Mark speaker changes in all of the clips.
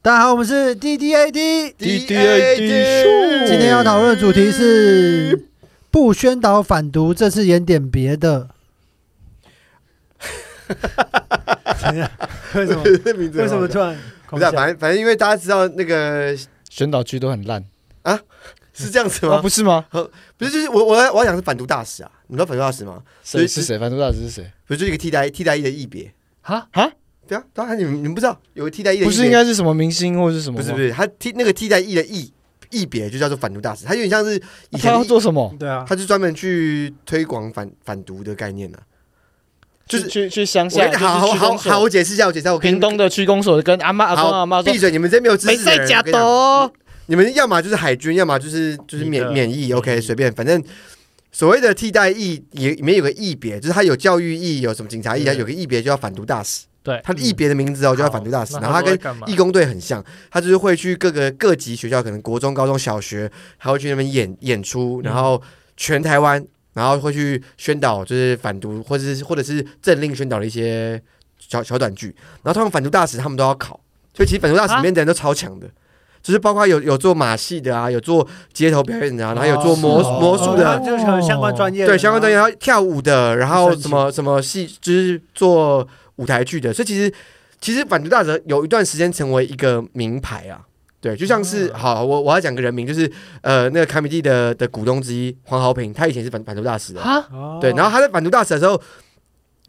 Speaker 1: 大家好，我们是 D D A D，
Speaker 2: DDAD
Speaker 1: 今天要讨论的主题是不宣导反毒，这次演点别 的。怎样？为什么？
Speaker 2: 这名字
Speaker 1: 为什么
Speaker 2: 很好笑
Speaker 1: 突然？
Speaker 2: 不是啊、反正反正因为大家知道那个
Speaker 3: 宣导剧都很烂
Speaker 2: 是这样子
Speaker 3: 啊，
Speaker 2: 吗？
Speaker 3: 不是吗？
Speaker 2: 不是，就是我我要我要讲的是反毒大使啊，你知道反毒大使吗？
Speaker 3: 谁是谁？反正大使是谁？
Speaker 2: 不是就是一个替代替代役的役别？
Speaker 1: 哈
Speaker 3: 哈？
Speaker 2: 对啊，当然你们你们不知道有个替代役的役
Speaker 3: 不
Speaker 2: 别，
Speaker 3: 是应该是什么明星或者是什么
Speaker 2: 不
Speaker 3: 吗？
Speaker 2: 是不是，他替那个替代役的役役别就叫做反毒大使，他有点像是以
Speaker 3: 啊他
Speaker 2: 前
Speaker 3: 要
Speaker 2: 役
Speaker 3: 做什么？
Speaker 1: 对啊，
Speaker 2: 他就专门去推广反反毒的概念呢、啊。就是
Speaker 3: 去去去乡
Speaker 2: 我
Speaker 3: 下，
Speaker 2: 跟
Speaker 3: 就
Speaker 2: 你
Speaker 3: 是
Speaker 2: 好好
Speaker 3: 区
Speaker 2: 好
Speaker 3: 公所
Speaker 2: 好，我解释一下，我解释一下，我跟
Speaker 3: 屏东的区公所跟阿妈阿公
Speaker 2: 好
Speaker 3: 阿妈说
Speaker 2: 闭嘴，你们这没有知
Speaker 3: 没
Speaker 2: 识的人，
Speaker 3: 在假
Speaker 2: 我跟你讲
Speaker 3: 的哦，
Speaker 2: 你们要么就是海军，要么就是就是免
Speaker 1: 你的
Speaker 2: 免役，OK，随便，反正所谓的替代役也里面有个役别，就是他有教育役，有什么警察役，
Speaker 1: 对
Speaker 2: 他有个役别就叫反毒大使，
Speaker 1: 对
Speaker 2: 他的役别的名字哦就叫反毒大使，
Speaker 4: 嗯
Speaker 2: 然后他跟
Speaker 1: 干嘛
Speaker 2: 义工队很像，他就是会去各个各级学校，可能国中、高中小学，他会去那边演演出，然后全台湾，然后会去宣导就是反毒，或者是或者是政令宣导的一些小小短剧。然后通常反毒大使他们都要考，所以其实反毒大使里面的人都超强的。就是包括有有做马戏的啊，有做街头表演的啊，然后有做魔、
Speaker 3: 是哦
Speaker 2: 魔术的啊，
Speaker 1: 哦就是有相关专业的，
Speaker 2: 对，相关专业，然后跳舞的，然后
Speaker 1: 神奇
Speaker 2: 什么什么戏，就是做舞台剧的，所以其实其实反毒大蛇有一段时间成为一个名牌啊。对，就像是、好，我我要讲个人名，就是呃，那个卡米蒂的的股东之一黄豪平，他以前是反反毒大使的，
Speaker 3: 哈，
Speaker 1: 哦。
Speaker 2: 对，然后他在反毒大使的时候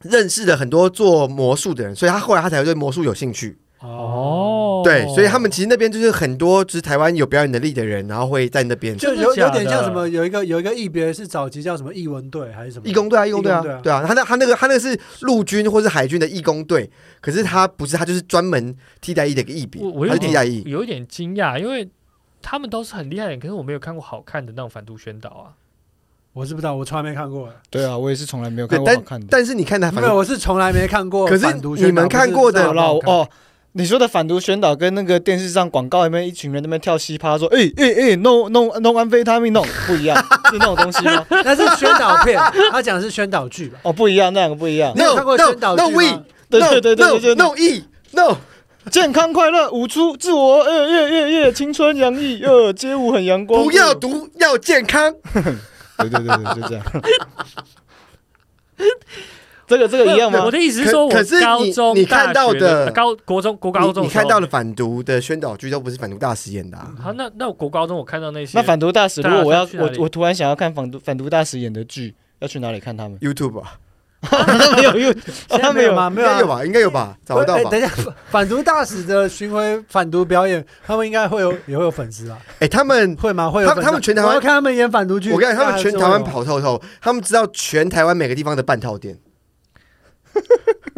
Speaker 2: 认识了很多做魔术的人，所以他后来他才会对魔术有兴趣。
Speaker 1: 哦，
Speaker 2: 对，所以他们其实那边就是很多就是台湾有表演能力的人，然后会在那边
Speaker 1: 就
Speaker 4: 真的
Speaker 1: 有
Speaker 4: 假
Speaker 1: 有
Speaker 4: 的
Speaker 1: 点像什么，有一个有一个役别是早期叫什么义文队还是什么
Speaker 2: 义工队啊，义工队
Speaker 1: 义
Speaker 2: 啊，
Speaker 1: 工队啊
Speaker 2: 对啊，他那他那个他那个是陆军或是海军的义工队，可是他不是，他就是专门替代役的一个役别
Speaker 4: 我我，
Speaker 2: 他
Speaker 4: 有
Speaker 2: 是替代役
Speaker 4: 点。有一点惊讶，因为他们都是很厉害的人，可是我没有看过好看的那种反毒宣导啊。
Speaker 1: 我是不知道，我从来没看过。
Speaker 3: 对啊，我也是从来没有
Speaker 2: 对
Speaker 3: 看，过好
Speaker 2: 但
Speaker 3: 看的。
Speaker 2: 但是你看他，反
Speaker 1: 没有，
Speaker 2: 正
Speaker 1: 我是从来没看过
Speaker 2: 可是
Speaker 1: 反毒宣导。
Speaker 2: 你们看过的
Speaker 1: 不是
Speaker 2: 但
Speaker 3: 好
Speaker 1: 知
Speaker 3: 啦，
Speaker 1: 道
Speaker 3: 我
Speaker 1: 不好看
Speaker 3: 哦，你说的反毒宣导跟那个电视上广告里面一群人在那边跳嘻哈，说哎哎哎，no no no 安非他命 no 不一样，是那种东西吗？
Speaker 1: 那是宣导片，他讲的是宣导剧吧？
Speaker 3: 哦，不一样，那两个不一样。
Speaker 1: 你有
Speaker 2: no
Speaker 1: 看过
Speaker 2: no
Speaker 1: 宣导
Speaker 2: no
Speaker 1: 剧吗
Speaker 2: we
Speaker 3: 对
Speaker 2: no
Speaker 3: 对对对
Speaker 2: no
Speaker 3: 对
Speaker 2: no e no，
Speaker 3: 健康快乐，舞出自我，呃，耶耶耶，青春洋溢，呃，街舞很阳光。
Speaker 2: 不要毒，要健康。
Speaker 3: 对对对对，就这样。 这个这个一样
Speaker 4: 我
Speaker 3: 吗？
Speaker 4: 的意思
Speaker 2: 可
Speaker 4: 是说，我
Speaker 2: 可是你
Speaker 4: 高中、
Speaker 2: 你看到
Speaker 4: 大学
Speaker 2: 的
Speaker 4: 呃高国中、国高
Speaker 2: 你
Speaker 4: 中
Speaker 2: 你看到
Speaker 4: 了？
Speaker 2: 的反毒的宣导剧都不是反毒大使演的啊，？
Speaker 4: 好，那那我国高中我看到那些，
Speaker 3: 那反毒大使，如
Speaker 4: 对啊
Speaker 3: 果我要
Speaker 4: 他去哪
Speaker 3: 我
Speaker 4: 里
Speaker 3: 我突然想要看反毒反毒大使演的剧，要去哪里看他们
Speaker 2: YouTube 啊，
Speaker 3: 他没有，因为
Speaker 1: 现在
Speaker 3: 他
Speaker 1: 没
Speaker 3: 没
Speaker 1: 有
Speaker 3: 有
Speaker 1: 吗？
Speaker 2: 应
Speaker 1: 没有
Speaker 2: 该
Speaker 1: 啊
Speaker 2: 有。吧，应该有吧，找得到
Speaker 1: 哎
Speaker 2: 吧
Speaker 1: 等？一下，反反毒大使的巡回反毒表演，他们应该会有，也会有粉丝啊，
Speaker 2: 哎，他们
Speaker 1: 会吗？会有
Speaker 2: 他
Speaker 1: 粉丝啊。
Speaker 2: 他们全台湾
Speaker 1: 我要看他们演反毒剧，啊
Speaker 2: 我跟你讲，他们全台湾
Speaker 1: 那还是会有。
Speaker 2: 跑透透，他们知道全台湾每个地方的半套店。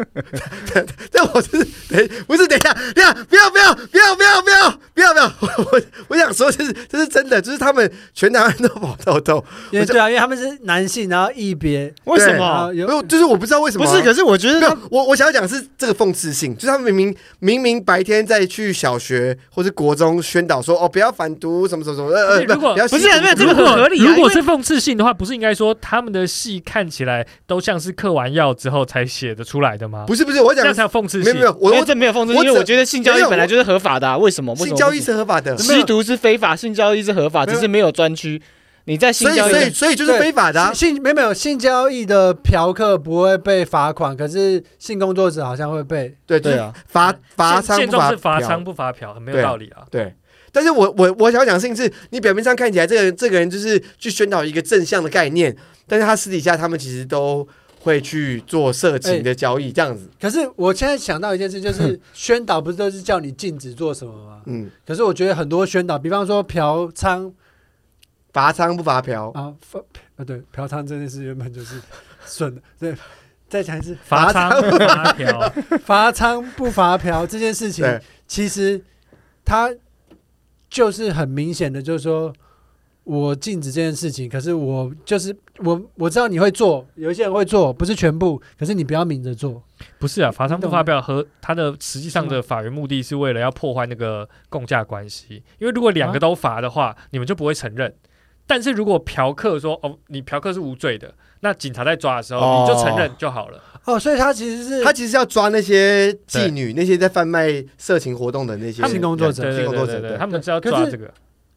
Speaker 2: 但我是等不是等一下，等一下，不要不要不要不要不要不要不 要！我我我想说，就是这是真的，就是他们全台湾都跑透透。
Speaker 1: 因为
Speaker 2: 我就哦
Speaker 1: 对啊，因为他们是男性，然后异别，
Speaker 3: 啊为什
Speaker 1: 然后
Speaker 3: 么？
Speaker 2: 没
Speaker 1: 有
Speaker 2: 有，就是我不知道为什么
Speaker 3: 不
Speaker 2: 啊、
Speaker 3: 是，可是我觉得
Speaker 2: 没
Speaker 3: 他
Speaker 2: 有，我我想要讲的是这个讽刺性，就是他们明明明明白天在去小学或是国中宣导说哦不要反毒什么什么什么，呃呃
Speaker 4: 如果
Speaker 2: 不要吸
Speaker 3: 不是啊
Speaker 2: 毒
Speaker 3: 没有这
Speaker 4: 如
Speaker 3: 个
Speaker 4: 果
Speaker 3: 很合理啊
Speaker 4: 如果
Speaker 3: 因为
Speaker 4: 是讽刺性的话，不是应该说他们的戏看起来都像是嗑完药之后才写的出来的吗？
Speaker 2: 不是不是，我
Speaker 4: 这
Speaker 2: 讲
Speaker 4: 样
Speaker 2: 的是
Speaker 4: 才有讽刺
Speaker 2: 没
Speaker 4: 性。
Speaker 2: 有没有，我
Speaker 3: 因为
Speaker 2: 我
Speaker 3: 这没有讽刺，
Speaker 2: 我
Speaker 3: 因
Speaker 2: 只
Speaker 3: 为我觉得性交
Speaker 2: 没
Speaker 3: 易
Speaker 2: 有
Speaker 3: 本来就是合法的啊，为什么？为什
Speaker 2: 性
Speaker 3: 么
Speaker 2: 交
Speaker 3: 不
Speaker 2: 易
Speaker 3: 行？
Speaker 2: 是合法的，
Speaker 1: 没有
Speaker 3: 吸毒是非法，性交易是合法，
Speaker 1: 没
Speaker 3: 只
Speaker 1: 有
Speaker 3: 是没有专区。你在性
Speaker 2: 所以
Speaker 3: 交易
Speaker 2: 所以所以就是
Speaker 1: 对
Speaker 2: 非法的、啊。
Speaker 1: 性没有没有性交易的嫖客不会被罚款，可是性工作者好像会被。
Speaker 2: 对
Speaker 3: 对啊，
Speaker 2: 就是罚罚
Speaker 4: 现
Speaker 2: 仓
Speaker 4: 现
Speaker 2: 不
Speaker 4: 状
Speaker 2: 罚
Speaker 4: 是罚
Speaker 2: 嫖
Speaker 4: 仓。不罚嫖，很没有
Speaker 2: 对啊
Speaker 4: 道理啊。
Speaker 2: 对，但是我我我想要讲的事情是，你表面上看起来这个人这个人就是去宣导一个正向的概念，但是他私底下他们其实都会去做色情的交易，这样子。
Speaker 1: 可是我现在想到一件事，就是 宣导不是都是叫你禁止做什么吗？
Speaker 2: 嗯，
Speaker 1: 可是我觉得很多宣导，比方说嫖娼
Speaker 2: 罚仓不罚嫖，
Speaker 1: 啊，罚啊对，嫖娼这件事原本就是顺的，对。再讲一次，
Speaker 4: 罚仓不罚嫖，
Speaker 1: 罚娼不罚嫖这件事情，
Speaker 2: 对，
Speaker 1: 其实他就是很明显的，就是说我禁止这件事情，可是我就是我我知道你会做，有一些人会做，不是全部，可是你不要明着做。
Speaker 4: 不是啊，法商
Speaker 1: 你
Speaker 4: 不
Speaker 1: 懂
Speaker 4: 发
Speaker 1: 吗
Speaker 4: 表和它的实际上
Speaker 1: 是
Speaker 4: 的法源目的是为了要破坏那个共价关系，因为如果两个都罚的话，你们就不会承认。但是如果嫖客说哦，你嫖客是无罪的，那警察在抓的时候、
Speaker 3: 哦
Speaker 4: 你就承认就好了。
Speaker 1: 哦，所以他其实是
Speaker 2: 他其实要抓那些妓女，那些在贩卖色情活动的那些
Speaker 1: 他们性工作者
Speaker 4: 对
Speaker 2: 性
Speaker 4: 对
Speaker 2: 工作
Speaker 4: 对
Speaker 2: 者，
Speaker 4: 对
Speaker 2: 对
Speaker 4: 对，他们是要
Speaker 1: 可
Speaker 4: 抓
Speaker 1: 是
Speaker 4: 这个，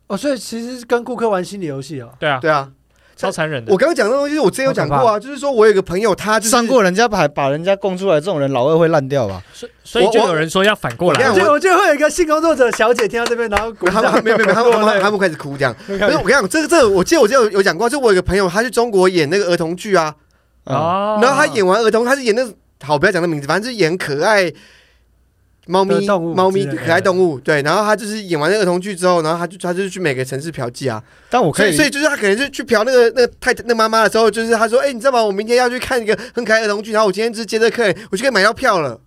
Speaker 1: 哦，所以其实是跟顾客玩心理游戏哦。
Speaker 4: 对啊，
Speaker 2: 对啊。
Speaker 4: 超残忍的
Speaker 2: 我。刚刚讲的东西，我之前有讲过啊，就是说我有一个朋友，他就是
Speaker 5: 上过人家把把人家供出来，这种人老二会烂掉吧？
Speaker 4: 所以所以就
Speaker 2: 我
Speaker 4: 有人说要反过
Speaker 2: 我
Speaker 4: 来
Speaker 2: 看，
Speaker 1: 就我就会有一个性工作者小姐听到这边，然后鼓
Speaker 2: 他
Speaker 1: 掌
Speaker 2: 们没有没有没有，他们他们他们开始哭这样。
Speaker 1: 没
Speaker 2: 可是我
Speaker 1: 有
Speaker 2: 跟你讲，这个这个，我记得我之前有有讲过，就我有一个朋友，他去中国演那个儿童剧啊，
Speaker 5: 啊，
Speaker 4: 哦，
Speaker 2: 然后他演完儿童，他是演那好不要讲那名字，反正就是演可爱猫咪
Speaker 1: 的动物
Speaker 2: 猫咪
Speaker 1: 之类的
Speaker 2: 可爱动物，对。然后他就是演完那儿童剧之后，然后他就他就去每个城市嫖妓啊，
Speaker 5: 但我
Speaker 2: 所
Speaker 5: 可
Speaker 2: 以
Speaker 5: 以
Speaker 2: 所以就是他可能是去嫖那个那个太太那妈妈的时候，就是他说，哎、你知道吗？我明天要去看一个很可爱的儿童剧，然后我今天就是接这个客人，我就可以买到票了。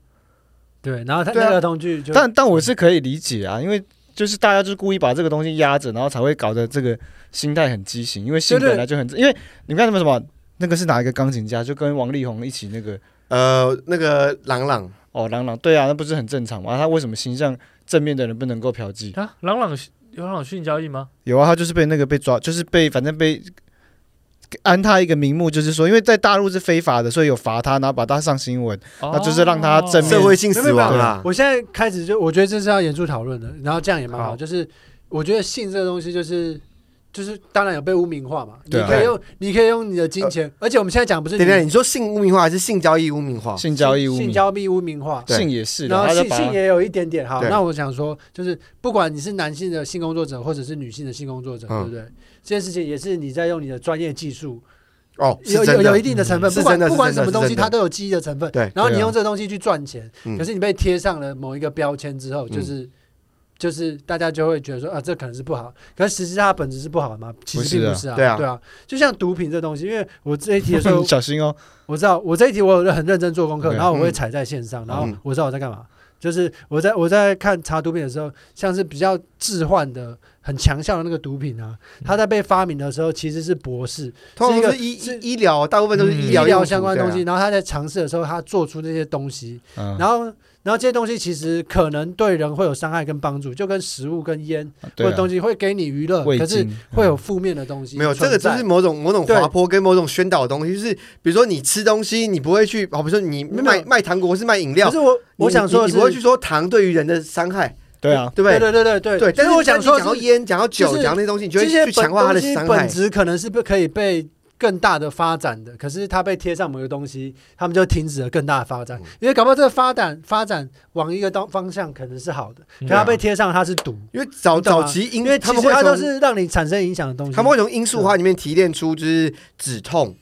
Speaker 1: 对，然后他
Speaker 2: 对啊
Speaker 1: 那个同剧就
Speaker 5: 但但我是可以理解啊，因为就是大家就是故意把这个东西压着，然后才会搞得这个心态很畸形，因为性
Speaker 1: 对对
Speaker 5: 本来就很，因为你看他们什么，那个是哪一个钢琴家，就跟王力宏一起那个
Speaker 2: 呃，那个朗朗，
Speaker 5: 哦，郎朗，对啊，那不是很正常吗？他为什么形象正面的人不能够嫖妓？
Speaker 4: 啊，朗朗有朗朗虚拟交易吗？
Speaker 5: 有啊，他就是被那个被抓，就是被反正被安他一个名目，就是说，因为在大陆是非法的，所以有罚他，然后把他上新闻。那就是让他正面
Speaker 4: 哦
Speaker 2: 社会性 死亡
Speaker 1: 没有没有没
Speaker 2: 啦
Speaker 1: 有。我现在开始就我觉得这是要严肃讨论的，然后这样也蛮好。
Speaker 4: 好
Speaker 1: 就是我觉得性这个东西就是。就是当然有被污名化嘛，你
Speaker 5: 对啊
Speaker 1: 可以用你可以用你的金钱，而且我们现在讲不是
Speaker 2: 等一下，
Speaker 1: 你
Speaker 2: 你说性污名化还是性交易污名化？
Speaker 5: 性交易污
Speaker 1: 性
Speaker 5: 名，
Speaker 1: 交易污名化，
Speaker 2: 对
Speaker 5: 性也是的，
Speaker 1: 然后
Speaker 5: 他就
Speaker 1: 性
Speaker 5: 把
Speaker 1: 性也有一点点好。
Speaker 2: 对
Speaker 1: 那我想说，就是不管你是男性的性工作者，或者是女性的性工作者，
Speaker 2: 嗯
Speaker 1: 对不对？这件事情也是你在用你的专业技术，
Speaker 2: 哦，是
Speaker 1: 有
Speaker 2: 真
Speaker 1: 有
Speaker 2: 的
Speaker 1: 有一定的成分，
Speaker 2: 嗯
Speaker 1: 不管
Speaker 2: 是真的
Speaker 1: 不管
Speaker 2: 是真
Speaker 1: 什
Speaker 2: 的
Speaker 1: 么东
Speaker 2: 是
Speaker 1: 西，
Speaker 2: 真的
Speaker 1: 它都有记忆的成分。
Speaker 2: 对
Speaker 1: 然后你
Speaker 5: 对啊
Speaker 1: 用这个东西去赚钱，
Speaker 2: 嗯
Speaker 1: 可是你被贴上了某一个标签之后，
Speaker 2: 嗯
Speaker 1: 就是。就是大家就会觉得说啊，这可能是不好，可是实际它的本质是不好的嘛？其
Speaker 5: 不
Speaker 1: 实
Speaker 5: 是
Speaker 1: 并
Speaker 5: 啊
Speaker 1: 不是啊，
Speaker 2: 对啊
Speaker 1: 对啊。就像毒品这东西，因为我这一题的时 候
Speaker 5: 你，小心哦，
Speaker 1: 我知道我这一题我有很认真做功课，
Speaker 5: 对啊
Speaker 1: 然后我会
Speaker 2: 嗯
Speaker 1: 踩在线上，然后
Speaker 2: 嗯
Speaker 1: 我知道我在干嘛。就是我在我在看查毒品的时候，像是比较置换的、很强效的那个毒品啊，它在被发明的时候其实是博士
Speaker 2: 通常是
Speaker 1: 是
Speaker 2: 医
Speaker 1: 一个是
Speaker 2: 医医疗，大部分都是
Speaker 4: 嗯
Speaker 2: 医
Speaker 1: 医
Speaker 2: 疗用
Speaker 1: 疗
Speaker 2: 途
Speaker 1: 相关的东西，
Speaker 2: 对啊
Speaker 1: 然后他在尝试的时候，他做出那些东西，
Speaker 5: 嗯，
Speaker 1: 然后然后这些东西其实可能对人会有伤害跟帮助，就跟食物跟烟或
Speaker 5: 对
Speaker 1: 者
Speaker 5: 啊
Speaker 1: 东西会给你娱乐，
Speaker 5: 味
Speaker 1: 可是
Speaker 5: 精
Speaker 1: 会有负面的东西
Speaker 2: 没有，这个
Speaker 1: 存
Speaker 2: 就
Speaker 1: 在
Speaker 2: 是某种某种
Speaker 1: 对
Speaker 2: 滑坡跟某种宣导的东西，就是比如说你吃东西，你不会去，哦好比说你
Speaker 1: 没有
Speaker 2: 卖卖糖果或是卖饮料
Speaker 1: 可，是我
Speaker 2: 你
Speaker 1: 我想说的
Speaker 2: 你
Speaker 1: 是
Speaker 2: 你不会去说糖对于人的伤害，
Speaker 5: 对啊，
Speaker 2: 对不
Speaker 1: 对
Speaker 2: 对？
Speaker 1: 对对对对
Speaker 2: 对，但
Speaker 1: 但
Speaker 2: 是
Speaker 1: 是我
Speaker 2: 当
Speaker 1: 想
Speaker 2: 你
Speaker 1: 说
Speaker 2: 讲到
Speaker 1: 是
Speaker 2: 烟、讲到酒、
Speaker 1: 就是
Speaker 2: 讲到那些东西，你就
Speaker 1: 这
Speaker 2: 会
Speaker 1: 些
Speaker 2: 去
Speaker 1: 本
Speaker 2: 强化它的
Speaker 1: 东西
Speaker 2: 伤害
Speaker 1: 本。质可能是不可以被更大的发展的，可是它被贴上某个东西，他们就停止了更大的发展。
Speaker 2: 嗯
Speaker 1: 因为搞不好这个发展发展往一个当方向可能是好的，可
Speaker 4: 嗯
Speaker 1: 是它被贴上它是毒，
Speaker 2: 因为早
Speaker 1: 你懂吗
Speaker 2: 早期
Speaker 1: 因
Speaker 2: 因
Speaker 1: 为其实
Speaker 2: 他们会
Speaker 1: 它都
Speaker 2: 从
Speaker 1: 是让你产生影响的东西。
Speaker 2: 他们会从罂粟花里面提炼出就是止痛，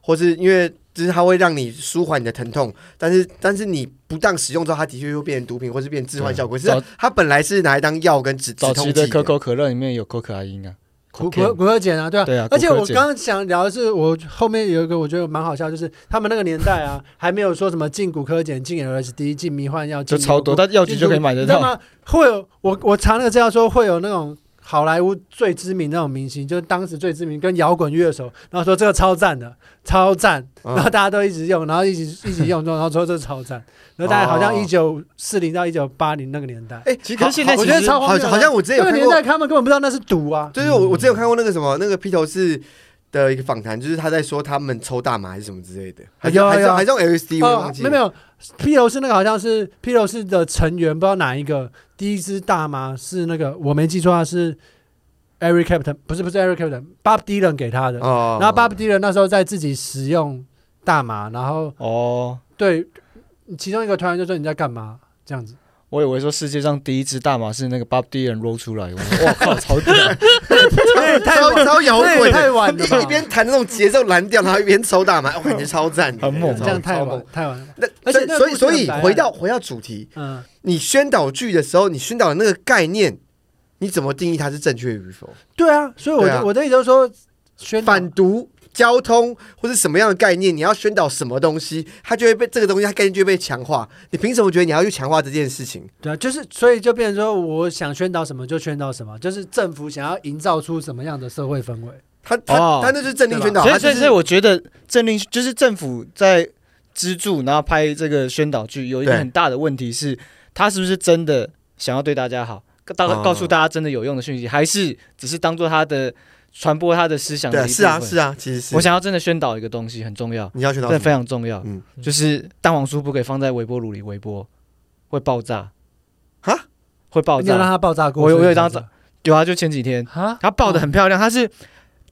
Speaker 2: 或是因为就是它会让你舒缓你的疼痛，但是但是你不当使用之后，它的确会变成毒品或是变成致幻效果。是
Speaker 5: 早
Speaker 2: 它本来是拿来当药跟止止
Speaker 5: 早
Speaker 2: 痛
Speaker 5: 期
Speaker 2: 剂
Speaker 5: 的可口可乐里面有可可因啊，
Speaker 1: 骨骨
Speaker 5: cocaine
Speaker 1: 骨科碱啊，对啊。
Speaker 5: 对啊，
Speaker 1: 而且
Speaker 5: 可可
Speaker 1: 我
Speaker 5: 碱
Speaker 1: 刚刚想聊的是，我后面有一个我觉得蛮好笑，就是他们那个年代啊，还没有说什么禁骨科碱、禁 LSD、禁迷幻药、
Speaker 5: 就
Speaker 1: 禁
Speaker 5: 超多，但药局就可以买得
Speaker 1: 你知道
Speaker 5: 到。
Speaker 1: 吗？会有我我查那个资料说会有那种好莱坞最知名那种明星，就是当时最知名跟摇滚乐手，然后说这个超赞的，超赞，
Speaker 2: 嗯
Speaker 1: 然后大家都一直用，然后一直一直用，然后说这超赞，然后大概好像
Speaker 2: 哦
Speaker 1: 一九四零到一九八零那个年代，
Speaker 2: 哎，
Speaker 5: 其实
Speaker 2: 好
Speaker 5: 可是现在
Speaker 1: 其
Speaker 2: 好我觉得
Speaker 1: 实
Speaker 2: 超荒谬的
Speaker 1: 好
Speaker 2: 好像我之前
Speaker 1: 那个
Speaker 2: 有看
Speaker 1: 年
Speaker 2: 过
Speaker 1: 代，他们根本不知道那是赌啊，
Speaker 2: 就是我我之前有看过那个什么那个披头士的一个访谈，就是他在说他们抽大麻还是什么之类的，还是
Speaker 1: 有啊
Speaker 2: 还是
Speaker 1: 有啊
Speaker 2: 还是用 E LSD，我也忘记
Speaker 1: 没有没
Speaker 2: 了。
Speaker 1: 有，披头士那个好像是披头士的成员，不知道哪一个第一支大麻是那个我没记错啊，是 Eric Clapton，不是不是 Eric Clapton，Bob Dylan 给他的。
Speaker 2: 哦
Speaker 1: 然后 Bob Dylan 那时候在自己使用大麻，然后
Speaker 5: 哦，
Speaker 1: 对其中一个团员就说你在干嘛这样子，
Speaker 5: 我以为说世界上第一支大麻是那个 Bob Dylan roll 出来，我说哇靠，超屌！
Speaker 1: 那也太
Speaker 2: 超
Speaker 1: 晚，
Speaker 2: 超摇
Speaker 1: 那
Speaker 2: 滚
Speaker 1: 也
Speaker 2: 的，
Speaker 1: 太晚了
Speaker 2: 一一
Speaker 1: 吧。
Speaker 2: 边弹那种节奏蓝调，然后一边抽大麻，我感觉超赞的，
Speaker 5: 很猛
Speaker 1: 这样
Speaker 2: 超
Speaker 1: 太
Speaker 2: 超猛
Speaker 1: 晚，太晚了。
Speaker 2: 那
Speaker 1: 而且那个
Speaker 2: 所以
Speaker 1: 故事
Speaker 2: 所
Speaker 1: 很
Speaker 2: 以
Speaker 1: 白啊
Speaker 2: 回到回到主题，
Speaker 1: 嗯，
Speaker 2: 你宣导剧的时候，你宣导的那个概念，你怎么定义它是正确与否？
Speaker 1: 对啊，所以我
Speaker 2: 对啊
Speaker 1: 的我的意思就是说，宣导
Speaker 2: 反毒、交通或是什么样的概念，你要宣导什么东西，它就会被这个东西，它概念就会被强化。你凭什么觉得你要去强化这件事情？
Speaker 1: 对啊，就是所以就变成说，我想宣导什么就宣导什么，就是政府想要营造出什么样的社会氛围。
Speaker 2: 它它、
Speaker 5: 哦
Speaker 2: 它那就是政令宣导，
Speaker 5: 所
Speaker 2: 它
Speaker 5: 以
Speaker 2: 啊就
Speaker 5: 所以所以
Speaker 2: 是
Speaker 5: 我觉得政令就是政府在资助然后拍这个宣导剧，有一个
Speaker 2: 对
Speaker 5: 很大的问题是，他是不是真的想要对大家好，告
Speaker 2: 哦
Speaker 5: 告告诉大家真的有用的讯息，还是只是当做他的传播他的思想
Speaker 2: 对
Speaker 5: 的一
Speaker 2: 啊，
Speaker 5: 部分。
Speaker 2: 是啊，是啊，其实是。
Speaker 5: 我想要真的宣导一个东西很重要，
Speaker 2: 你要宣导什么
Speaker 5: 真的非常重要。
Speaker 2: 嗯
Speaker 5: 就是蛋黄酥不可以放在微波炉里微波，会爆炸。
Speaker 2: 哈？
Speaker 5: 会爆
Speaker 1: 你有让
Speaker 5: 炸。
Speaker 1: 它爆炸过？
Speaker 5: 我有
Speaker 1: 所以
Speaker 5: 我有当
Speaker 1: 才知道
Speaker 5: 有啊，就前几天，
Speaker 4: 啊，
Speaker 5: 它爆的很漂亮，它是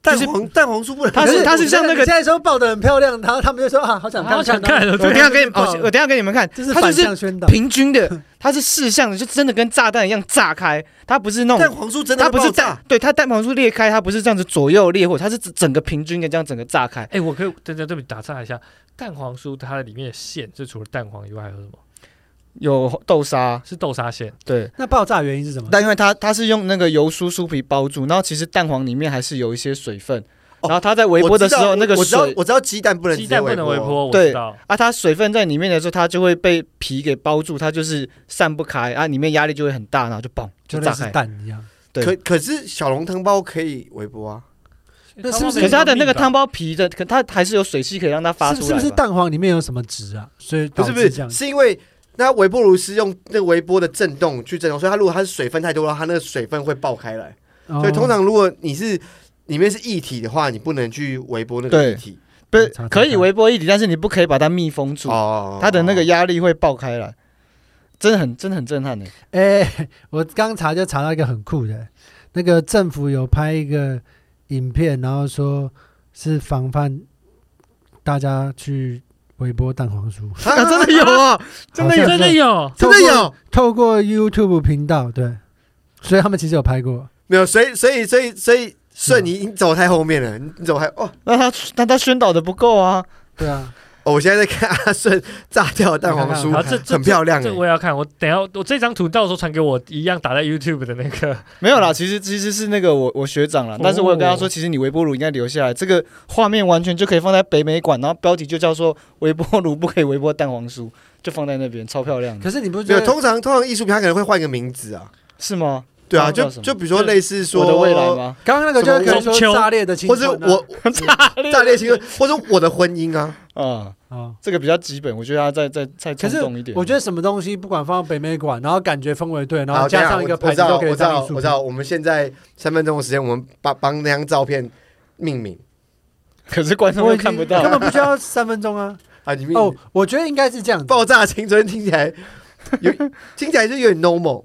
Speaker 2: 蛋
Speaker 5: 就是
Speaker 2: 黄蛋黄酥不能，
Speaker 5: 它
Speaker 1: 可
Speaker 5: 是它是像那
Speaker 1: 你
Speaker 5: 个
Speaker 1: 现，在说爆的很漂亮，然后他们就说啊，好想看，
Speaker 4: 好想
Speaker 1: 看到，
Speaker 4: 看了，
Speaker 5: 我
Speaker 4: 对
Speaker 5: 等一
Speaker 4: 啊，
Speaker 5: 下给你，
Speaker 1: 爆
Speaker 5: 哦我等一下给你们看，
Speaker 1: 这是
Speaker 5: 它
Speaker 1: 反
Speaker 5: 就是
Speaker 1: 向宣导。
Speaker 5: 平均的，它是四向的，就真的跟炸弹一样炸开，它不是那
Speaker 2: 蛋
Speaker 5: 种。
Speaker 2: 黄酥真的
Speaker 5: 它
Speaker 2: 会
Speaker 5: 不是
Speaker 2: 爆
Speaker 5: 蛋
Speaker 2: 炸，，
Speaker 5: 对它蛋黄酥裂开，它不是这样子左右裂或它是整个平均的这样整个炸开。
Speaker 4: 哎，我可以对对对不起打岔一下，蛋黄酥它的里面的馅是除了蛋黄以外还有什么？
Speaker 5: 有豆沙，
Speaker 4: 是豆沙馅，
Speaker 5: 对，
Speaker 1: 那爆炸原因是什么？
Speaker 3: 但
Speaker 5: 但因为它它是用那个油酥酥皮包住，然后其实蛋黄里面还是有一些水分，
Speaker 2: 哦
Speaker 5: 然后它在微波的时候那个
Speaker 2: 我知道
Speaker 5: 水
Speaker 2: 我知道鸡蛋不能直
Speaker 4: 鸡
Speaker 2: 接
Speaker 4: 蛋不能微
Speaker 2: 波，
Speaker 4: 波，我
Speaker 5: 对
Speaker 4: 知道。
Speaker 5: 啊，它水分在里面的时候，它就会被皮给包住，它就是散不开啊，里面压力就会很大，然后就嘣
Speaker 1: 就类
Speaker 5: 炸
Speaker 1: 似
Speaker 5: 开。
Speaker 1: 蛋一样，
Speaker 5: 对
Speaker 2: 可可是小笼汤包可以微波啊，
Speaker 1: 那是不
Speaker 5: 可
Speaker 1: 是
Speaker 5: 是它的那个
Speaker 4: 汤
Speaker 5: 汤包皮的，可它还是有水汽可以让它发
Speaker 1: 是
Speaker 5: 出
Speaker 1: 不
Speaker 5: 来
Speaker 1: 是不是
Speaker 5: 吧
Speaker 1: 蛋黄里面有什么质啊？所以
Speaker 2: 不
Speaker 1: 导
Speaker 2: 是不
Speaker 1: 致这
Speaker 2: 是，
Speaker 1: 样。
Speaker 2: 是因为那微波炉是用那个微波的震动去震动，所以它如果它是水分太多了，它那个水分会爆开来。
Speaker 1: 所
Speaker 2: 所以通常如果你是里面是液体的话，你不能去微波那个
Speaker 3: 对
Speaker 2: 液体
Speaker 5: 不是
Speaker 1: 查查
Speaker 5: 可以
Speaker 1: 看
Speaker 5: 微波一体，但是你不可以把它密封住，
Speaker 2: 哦
Speaker 5: 它的那个压力会爆开来，真的很真的很震撼的。
Speaker 1: 哎、 我刚查就查到一个很酷的，那个政府有拍一个影片，然后说是防范大家去微波蛋黄酥，
Speaker 5: 啊，真的有啊，真的有
Speaker 1: 好像
Speaker 4: 真的有，
Speaker 1: 透过
Speaker 2: 真的有
Speaker 1: 透过 YouTube 频道对，所以他们其实有拍 过。
Speaker 2: 没有？所以所以所以所以顺你你走太后面了，你你走太哦。
Speaker 5: 那它那它宣导的不够啊，
Speaker 1: 对啊，
Speaker 2: 哦我现在在看阿顺炸掉的蛋黄
Speaker 1: 我
Speaker 2: 酥
Speaker 4: 好，，这这
Speaker 2: 很漂亮
Speaker 4: 这
Speaker 2: 欸
Speaker 4: 我也要看，我等一下我这张图到时候传给我，一样打在 YouTube 的那个。
Speaker 5: 没有
Speaker 1: 嗯
Speaker 5: 啦，其实其实是那个我我学长啦
Speaker 4: 哦，
Speaker 5: 但是我有跟他说，其实你微波炉应该留下来，这个画面完全就可以放在北美馆，然后标题就叫说微波炉不可以微波蛋黄酥，就放在那边，超漂亮的，
Speaker 1: 可是你不
Speaker 2: 没
Speaker 1: 觉
Speaker 2: 有，
Speaker 1: 得
Speaker 2: 通常通常艺术品它可能会换一个名字啊，
Speaker 5: 是吗？
Speaker 2: 对
Speaker 1: 哦
Speaker 2: 啊，
Speaker 5: 那叫
Speaker 2: 就
Speaker 5: 什么
Speaker 2: 就比如说类似说
Speaker 5: 我的未来吗？
Speaker 1: 刚刚那个就是可以
Speaker 4: 中秋
Speaker 1: 说炸裂的青
Speaker 2: 或
Speaker 1: 春、
Speaker 2: 者
Speaker 1: 啊，
Speaker 2: 我 炸裂青春，或者我的婚姻啊，
Speaker 5: 啊、
Speaker 1: 哦
Speaker 5: 这个比较基本，我觉得要再再再
Speaker 1: 可
Speaker 5: 冲
Speaker 1: 是
Speaker 5: 动一点。
Speaker 1: 我觉得什么东西不管放到北美馆，然后感觉氛围对，然后
Speaker 2: 好等
Speaker 1: 加
Speaker 2: 下
Speaker 1: 上一个
Speaker 2: 我我
Speaker 1: 牌
Speaker 2: 知
Speaker 1: 子都
Speaker 2: 道，
Speaker 1: 可以
Speaker 2: 我知
Speaker 1: 当
Speaker 2: 道，
Speaker 1: 艺术
Speaker 2: 我知
Speaker 1: 品。
Speaker 2: 道。我们现在三分钟的时间，我们帮帮那张照片命名
Speaker 5: 可是观众
Speaker 1: 我
Speaker 5: 又
Speaker 1: 已经
Speaker 5: 看不到
Speaker 1: 根，本不需要三分钟 啊！
Speaker 2: 啊，你命
Speaker 1: 哦，我觉得应该是这样子。
Speaker 2: 爆炸青春听起来有听起来就有点 normal，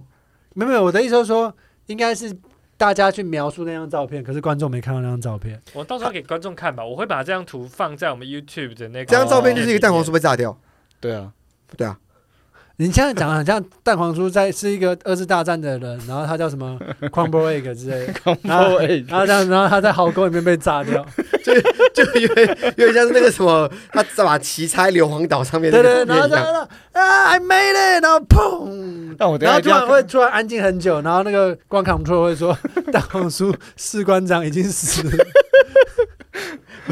Speaker 1: 没有没有，我的意思是说，应该是大家去描述那张照片，可是观众没看到那张照片。
Speaker 4: 我到时候给观众看吧，我会把这张图放在我们 YouTube 的那个。
Speaker 2: 这张照片就是一个蛋黄酥。被 炸掉，
Speaker 5: 对啊，
Speaker 2: 对啊，
Speaker 1: 你现在讲的很像蛋黄酥在是一 个二次大战的人，然后他叫什 么 Crumble Egg 之类的，然后
Speaker 5: Egg
Speaker 1: 然后这样，然后他在壕沟里面被炸 掉，
Speaker 2: 就有点有点像是那个什么，他把旗拆硫磺岛上面
Speaker 1: 对
Speaker 2: 那
Speaker 1: 对，
Speaker 2: 个
Speaker 1: 对然后
Speaker 2: 面一
Speaker 1: 这
Speaker 2: 样。
Speaker 1: 样啊，I made it，然后砰，
Speaker 5: 但我等一
Speaker 1: 然后
Speaker 5: 下一
Speaker 1: 突
Speaker 5: 定要
Speaker 1: 然会突然安静很久，然后那个关 control 会说 蛋黄酥士官长已经死了，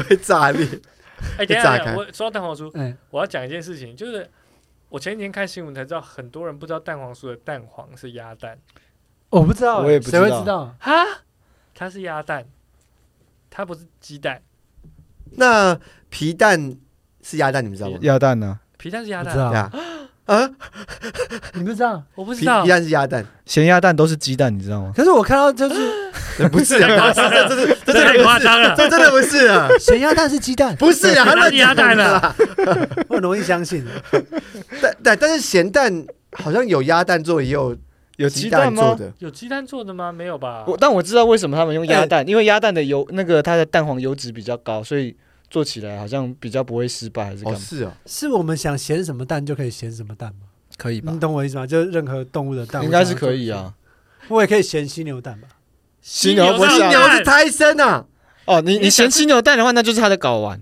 Speaker 2: 会炸裂，
Speaker 4: 哎，等一
Speaker 2: 被
Speaker 4: 下
Speaker 2: 炸
Speaker 4: 等
Speaker 2: 开
Speaker 4: 一下，我说到蛋黄酥，
Speaker 1: 哎，
Speaker 4: 我要讲一件事情，就是我前几天看新闻才知道，很多人不知道蛋黄酥的蛋黄是鸭蛋
Speaker 1: 我不知道，
Speaker 5: 我也不知
Speaker 1: 谁
Speaker 5: 道
Speaker 1: 会知道？
Speaker 4: 哈，它是鸭蛋，它不是鸡蛋，
Speaker 2: 那皮蛋是鸭蛋，你们知道吗？
Speaker 3: 鸭蛋呢、
Speaker 4: 皮蛋是
Speaker 1: 不
Speaker 4: 鸭
Speaker 1: 知
Speaker 4: 蛋，
Speaker 1: 道
Speaker 2: 对，啊，
Speaker 1: 你不知道？
Speaker 4: 我不
Speaker 2: 皮
Speaker 4: 知
Speaker 2: 皮
Speaker 4: 道。
Speaker 2: 蛋是鸭蛋，
Speaker 3: 咸鸭蛋都是鸡蛋，你知道吗？
Speaker 1: 可是我看到就是
Speaker 2: 不是啊，这这这这这真的
Speaker 4: 太
Speaker 2: 不
Speaker 4: 夸
Speaker 2: 是，
Speaker 4: 张了，
Speaker 2: 这真的不是啊，
Speaker 1: 咸鸭蛋是鸡蛋，
Speaker 2: 不是啊，他
Speaker 4: 哪
Speaker 2: 乱
Speaker 4: 里鸭
Speaker 2: 讲
Speaker 4: 蛋
Speaker 2: 的啦
Speaker 4: 了？
Speaker 1: 我很容易相信。
Speaker 2: 但但但是咸蛋好像有鸭蛋做，也有
Speaker 5: 有
Speaker 2: 鸡
Speaker 5: 鸡
Speaker 2: 蛋做
Speaker 5: 吗？
Speaker 2: 的。哦
Speaker 4: 有鸡蛋做的吗？没有吧？
Speaker 5: 我但我知道为什么他们用鸭蛋，因为鸭蛋的油那个它的蛋黄油脂比较高，所以做起来好像比较不会失败，还是干
Speaker 2: 哦，
Speaker 5: 嘛？
Speaker 2: 是哦，
Speaker 1: 是我们想咸什么蛋就可以咸什么蛋吗？
Speaker 5: 可以吧
Speaker 1: 你？懂我意思吗？就是任何动物的蛋，
Speaker 5: 应该是可以啊。。
Speaker 1: 我也可以咸犀牛蛋吧？
Speaker 4: 犀
Speaker 5: 犀牛不
Speaker 4: 蛋
Speaker 5: 是
Speaker 2: 犀
Speaker 5: 啊
Speaker 2: 牛是胎生啊，
Speaker 5: 哦，你
Speaker 4: 你
Speaker 5: 你
Speaker 4: 想
Speaker 5: 嫌犀牛蛋的话，那就是他的睾丸，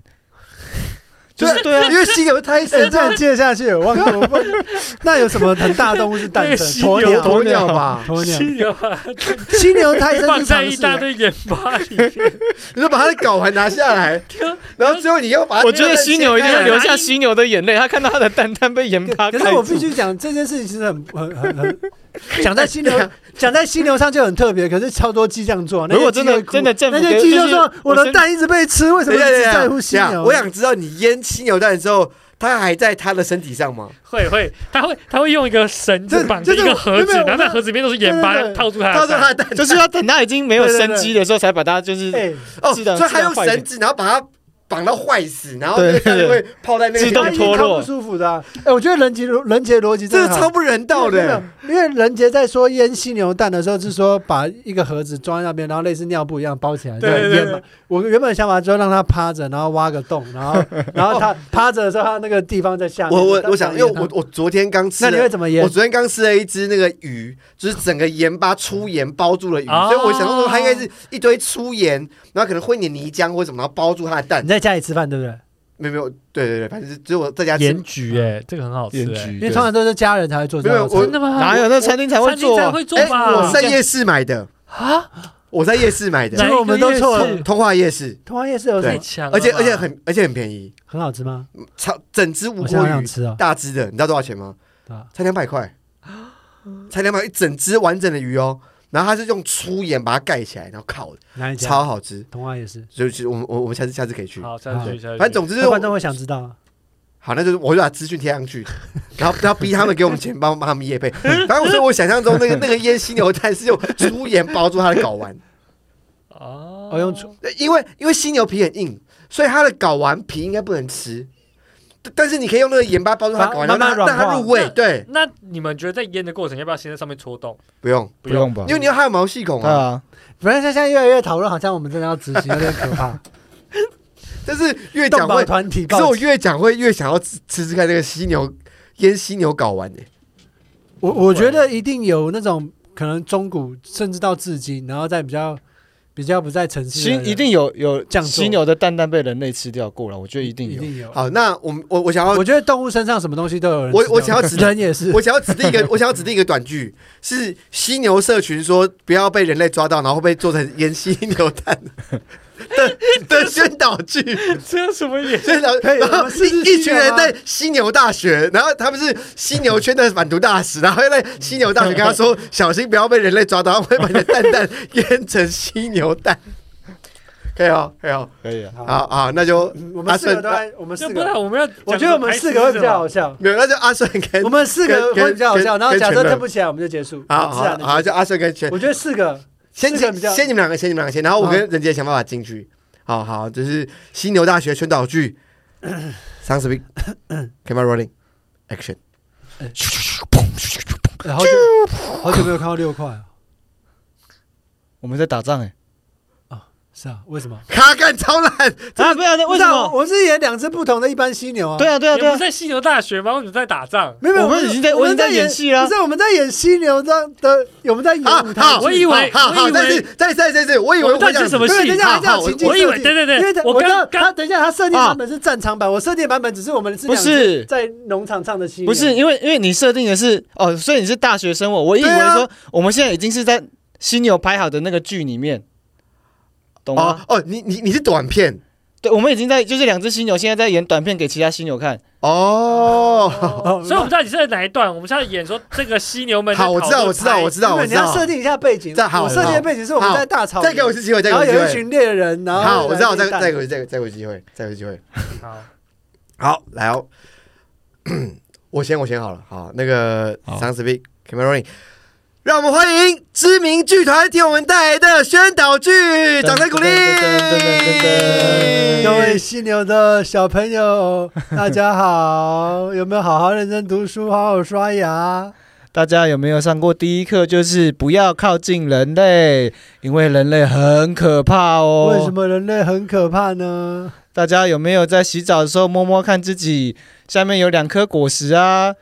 Speaker 5: 就是 对啊，
Speaker 2: 因为犀牛是胎
Speaker 1: 哎，
Speaker 2: 生
Speaker 1: 这样接下去，我忘了。我忘了那有什么很大的动物是
Speaker 4: 那
Speaker 1: 诞
Speaker 4: 个
Speaker 1: 生？
Speaker 4: 犀
Speaker 1: 鸵
Speaker 4: 牛
Speaker 1: 鸟，
Speaker 2: 鸵
Speaker 1: 鸵
Speaker 2: 鸟吧？
Speaker 1: 鸵
Speaker 4: 犀
Speaker 1: 鸟，
Speaker 4: 牛啊，
Speaker 1: 犀牛胎生
Speaker 4: 放
Speaker 1: 是
Speaker 4: 在
Speaker 1: 常
Speaker 4: 一
Speaker 1: 识
Speaker 4: 大
Speaker 1: 啊。
Speaker 4: 堆盐巴里面，
Speaker 2: 你就把它的睾丸拿下来，然后最后你要把它
Speaker 5: 我觉得犀牛一定要流下
Speaker 4: 哎
Speaker 5: 犀牛的眼泪，他看到他的蛋蛋被盐巴
Speaker 1: 可可
Speaker 5: 盖
Speaker 1: 是我必
Speaker 5: 住。
Speaker 1: 须讲这件事情，其实很很很很讲在犀牛 讲在犀牛上就很特别，可是超多鸡这样做。那
Speaker 5: 如果
Speaker 1: 些鸡
Speaker 5: 真的
Speaker 1: 会哭
Speaker 5: 真的政府
Speaker 1: 那些
Speaker 5: 给
Speaker 1: 鸡
Speaker 5: 就
Speaker 1: 就是说
Speaker 5: 我哎
Speaker 1: 我的
Speaker 5: 身
Speaker 1: 蛋一直被吃，为什么
Speaker 2: 等一
Speaker 1: 一直
Speaker 2: 下。等一下
Speaker 1: 在
Speaker 2: 等
Speaker 1: 乎
Speaker 2: 一
Speaker 1: 犀
Speaker 2: 下，
Speaker 1: 牛？
Speaker 2: 我想知道你腌犀牛蛋的时候，他还在他的身体 上吗？
Speaker 4: 会会，他会他会用一个绳
Speaker 3: 这
Speaker 4: 子绑着一
Speaker 3: 这是
Speaker 4: 个
Speaker 3: 我
Speaker 4: 盒子，
Speaker 3: 没有没有
Speaker 4: 然后那盒子里面都是盐巴
Speaker 3: 对对对
Speaker 4: 套住他
Speaker 2: 他
Speaker 4: 的
Speaker 2: 说
Speaker 4: 蛋。
Speaker 2: 他的蛋
Speaker 5: 就是要等它已经没有
Speaker 1: 对对对
Speaker 5: 生机的时候，才把它就是
Speaker 1: 哎、
Speaker 2: 哦，
Speaker 5: 质
Speaker 2: 所以
Speaker 5: 量
Speaker 2: 他用
Speaker 5: 质量坏一点
Speaker 2: 绳子，然后把它绑到坏死，然后
Speaker 3: 对
Speaker 2: 那个蛋就会泡在那个
Speaker 5: 自 动
Speaker 1: 他一
Speaker 2: 里面
Speaker 1: 定
Speaker 5: 脱
Speaker 1: 超
Speaker 5: 落
Speaker 1: 不舒服的啊、哎、我觉得人杰人杰逻辑真
Speaker 2: 这
Speaker 1: 的
Speaker 2: 个
Speaker 1: 好
Speaker 2: 超不人道
Speaker 1: 没有
Speaker 2: 的。，
Speaker 1: 没有因为人杰在说腌犀牛蛋的时候，是说把一个盒子装在那边，然后类似尿布一样包起来，
Speaker 4: 对
Speaker 1: 这样
Speaker 4: 对对
Speaker 1: 腌嘛。我原本想法就是让它趴着，然后挖个洞，然 后然后它趴着的时候，它那个地方在下面。
Speaker 2: 我我
Speaker 1: 当
Speaker 2: 我想，因为我我昨天刚吃
Speaker 1: 那你
Speaker 2: 了
Speaker 1: 会怎么腌
Speaker 2: 我？昨天刚吃了一只那个鱼，就是整个盐巴粗盐包住了鱼，
Speaker 4: 哦
Speaker 2: 所以我想说它应该是一堆粗盐，然后可能混一点泥浆或什么，然后包住它的蛋
Speaker 1: 你。在家里吃饭对不对？
Speaker 2: 没有没有，对对对，反正是只有我在家吃。
Speaker 4: 盐焗哎，这个很好吃
Speaker 3: 盐
Speaker 4: 哎。
Speaker 3: 焗，
Speaker 1: 因为通常都是家人才会做这
Speaker 2: 没有
Speaker 1: 种菜。
Speaker 2: 我
Speaker 4: 真的吗？
Speaker 5: 哪有那餐厅才会
Speaker 4: 餐厅
Speaker 5: 做
Speaker 4: 才
Speaker 5: 啊？
Speaker 4: 会做
Speaker 2: 哎，
Speaker 4: 吧？
Speaker 2: 我在夜市买的，
Speaker 4: 啊，
Speaker 2: 我在夜市买的
Speaker 1: 哪，
Speaker 4: 哪一
Speaker 1: 我们
Speaker 4: 个
Speaker 1: 都
Speaker 4: 夜
Speaker 1: 错了
Speaker 4: 市
Speaker 2: 通化夜市，
Speaker 1: 通常夜市有什
Speaker 4: 太
Speaker 1: 么
Speaker 2: 对
Speaker 4: 强了吧，
Speaker 2: 而且
Speaker 1: 嗯
Speaker 2: 而且很而且很便宜，
Speaker 1: 很好吃吗？
Speaker 2: 超整只无
Speaker 1: 我
Speaker 2: 骨
Speaker 1: 现在好想
Speaker 2: 鱼
Speaker 1: 吃哦。
Speaker 2: 大只的，你知道多少钱吗？
Speaker 1: 对啊
Speaker 2: 才两百块，才两百一整只完整的鱼哦。然后它是用粗盐把它盖起来，然后烤的，
Speaker 1: 哪一家？
Speaker 2: 超好吃。
Speaker 1: 通化夜市。
Speaker 2: 所以其实我们我我们下次下次可以去。
Speaker 4: 好，下去下去。
Speaker 2: 啊反正总之就是
Speaker 1: 那观
Speaker 2: 我
Speaker 1: 众会想知道啊，
Speaker 2: 好，那就是我就把资讯贴上去，然后然后逼他们给我们钱，帮帮他们夜配。 反正我说我想象中那个那个腌犀牛蛋是用粗盐包住它的睾丸，
Speaker 4: 哦，
Speaker 1: 我用厨
Speaker 2: 因为因为犀牛皮很硬，所以它的睾丸皮应该不能吃。但但是你可以用那个盐巴包住它的睾丸，
Speaker 1: 把
Speaker 2: 让
Speaker 1: 慢慢
Speaker 2: 它
Speaker 1: 软
Speaker 2: 让它
Speaker 1: 化
Speaker 2: 入味
Speaker 4: 那。
Speaker 2: 对，
Speaker 4: 那你们觉得在腌的过程要不要先在上面戳洞？
Speaker 2: 不用，
Speaker 3: 不用吧
Speaker 2: 因？为你要还有毛细孔
Speaker 3: 对
Speaker 2: 啊。
Speaker 3: 啊，
Speaker 1: 反正现在越来越讨论，好像我们真的要执行，有点可 怕。
Speaker 2: 但是越
Speaker 1: 动
Speaker 2: 哎讲
Speaker 1: 保
Speaker 2: 会，
Speaker 1: 团体报
Speaker 2: 可是
Speaker 1: 警，
Speaker 2: 我越讲会越想要吃吃吃看那个犀牛腌犀牛睾丸欸诶。
Speaker 1: 我我觉得一定有那种可能中古甚至到至今，然后在比较比较不在城市
Speaker 3: 犀
Speaker 1: 的人，
Speaker 3: 一定有有
Speaker 1: 这样做
Speaker 3: 啊犀牛的蛋蛋被人类吃掉过了，我觉得一定
Speaker 1: 一
Speaker 3: 有。
Speaker 1: 定有。
Speaker 2: 好，那我们我我想要
Speaker 1: 我觉得动物身上什么东西都有人吃
Speaker 2: 我
Speaker 1: 掉，
Speaker 2: 我想要 指
Speaker 1: 人也是
Speaker 2: 我，想要指定 一个，我想要指定一个短剧，是犀牛社群说不要被人类抓到，然后被做成腌犀牛蛋 的的宣导剧，
Speaker 4: 这有什么演？
Speaker 2: 宣导。
Speaker 1: 可以
Speaker 2: 然后
Speaker 1: 我们试试
Speaker 2: 一
Speaker 1: 犀牛
Speaker 2: 一群人
Speaker 1: 吗
Speaker 2: 在犀牛大学，然后他们是犀牛圈的反毒大使，然后在犀牛大学跟他说小心不要被人类抓到，他们会把你的蛋蛋腌成犀 牛蛋。可以哦，可以哦，
Speaker 3: 可以啊，
Speaker 1: 好
Speaker 2: 好好，那就
Speaker 1: 我
Speaker 2: 阿
Speaker 1: 们四个
Speaker 2: 顺啊
Speaker 1: 都在，我们
Speaker 4: 这
Speaker 1: 四
Speaker 4: 不是
Speaker 1: 个，
Speaker 4: 我们要，
Speaker 1: 我觉得我们四个会比较好笑。
Speaker 2: 没有，那就阿顺跟
Speaker 1: 我们四个会比较好笑，
Speaker 2: 跟跟
Speaker 1: 然后假
Speaker 2: 跟
Speaker 1: 设
Speaker 2: 全乐
Speaker 1: 撑不起来，我们啊就结束。
Speaker 2: 好
Speaker 1: 自然
Speaker 2: 好
Speaker 1: 地
Speaker 2: 好，就阿顺跟全
Speaker 1: 我觉得四个
Speaker 2: 先
Speaker 1: 四个比较
Speaker 2: 先你们两个，先你们两个先，然后我跟任杰想办法进去。好好，就是犀牛大学宣 导剧，sound speak camera rolling action。
Speaker 1: 哎好久好久没有看到六块了
Speaker 3: 我们在打
Speaker 5: 欸
Speaker 3: 仗哎，
Speaker 1: 是啊，为什么？
Speaker 2: 卡干超烂，
Speaker 5: 啊，不要，那
Speaker 1: 不
Speaker 5: 为什
Speaker 1: 是啊
Speaker 5: 么？
Speaker 1: 我们是演两只不同的一般犀牛啊。
Speaker 5: 对啊，对啊，
Speaker 4: 你
Speaker 5: 对
Speaker 4: 们
Speaker 5: 啊
Speaker 4: 不是，在犀牛大学吗？为什么在打仗？
Speaker 1: 没有，没有
Speaker 5: 我们已经在
Speaker 1: 我
Speaker 5: 我已
Speaker 1: 们
Speaker 5: 经在演戏了
Speaker 1: 不是我们在演犀牛的的，我们在演
Speaker 2: 好
Speaker 1: 舞台
Speaker 2: 好，
Speaker 1: 剧。
Speaker 4: 我以为
Speaker 2: 好好，
Speaker 4: 我以为
Speaker 2: 但是但是但是但是，我以为
Speaker 4: 我们到
Speaker 2: 会
Speaker 4: 底
Speaker 2: 这样
Speaker 4: 是什
Speaker 2: 子
Speaker 4: 么
Speaker 1: 对，等一下，等
Speaker 4: 戏？
Speaker 1: 一下，
Speaker 2: 好好
Speaker 1: 情境
Speaker 4: 我以为
Speaker 1: 设计
Speaker 4: 对对对
Speaker 1: 因为他
Speaker 4: 我
Speaker 1: 我知道
Speaker 4: 刚
Speaker 1: 他等一下，他设定版
Speaker 5: 啊
Speaker 1: 本是战场版，我设定版本只是我们是
Speaker 5: 不是
Speaker 1: 在农场上的犀牛，
Speaker 5: 不是，因为因为你设定的是哦，所以你是大学生活，我以为
Speaker 2: 对啊
Speaker 5: 说我们现在已经是在犀牛拍好的那个剧里面，懂
Speaker 2: 哦
Speaker 4: 啊
Speaker 5: 吗？
Speaker 2: 哦，你你你是短片
Speaker 5: 对，我们已经在就是两只犀牛现在在演短片给其他犀牛看，
Speaker 2: 哦。
Speaker 1: 哦
Speaker 4: 所以我们到底是在哪一段？我们是要演说这个犀牛们在
Speaker 2: 好，我知道，我
Speaker 4: 讨论
Speaker 2: 知道，
Speaker 4: 拍
Speaker 2: 我知道，
Speaker 1: 没有
Speaker 2: 我
Speaker 1: 你
Speaker 2: 知
Speaker 1: 要
Speaker 2: 道
Speaker 1: 设。定一下背景。
Speaker 2: 这好
Speaker 1: 我设定的背景是我们在大草原，
Speaker 2: 再给我一次机会，再
Speaker 1: 然后
Speaker 2: 给
Speaker 1: 有
Speaker 2: 我
Speaker 1: 一
Speaker 2: 一次机
Speaker 1: 群猎人，然
Speaker 2: 会。
Speaker 1: 后
Speaker 2: 好，我知道，
Speaker 1: 在
Speaker 2: 再
Speaker 1: 那边
Speaker 2: 再
Speaker 1: 打
Speaker 2: 给我再给我再给我一次机会，再给我一次机会。
Speaker 4: 好，
Speaker 2: 好，来哦， 我先我先好了，好，那个
Speaker 3: 好
Speaker 2: Sound Speak Camera Rolling，让我们欢迎知名剧团替我们带来的宣导剧，掌声鼓励
Speaker 3: 噔噔噔噔噔噔噔噔！
Speaker 1: 各位犀牛的小朋友，大家好！有没有好好认真读书，好好刷牙？
Speaker 3: 大家有没有上过第一课？就是不要靠近人类，因为人类很可怕哦。
Speaker 1: 为什？么人类很可怕呢？
Speaker 3: 大家有没有在洗澡的时候摸摸看自己下面有两颗果实啊？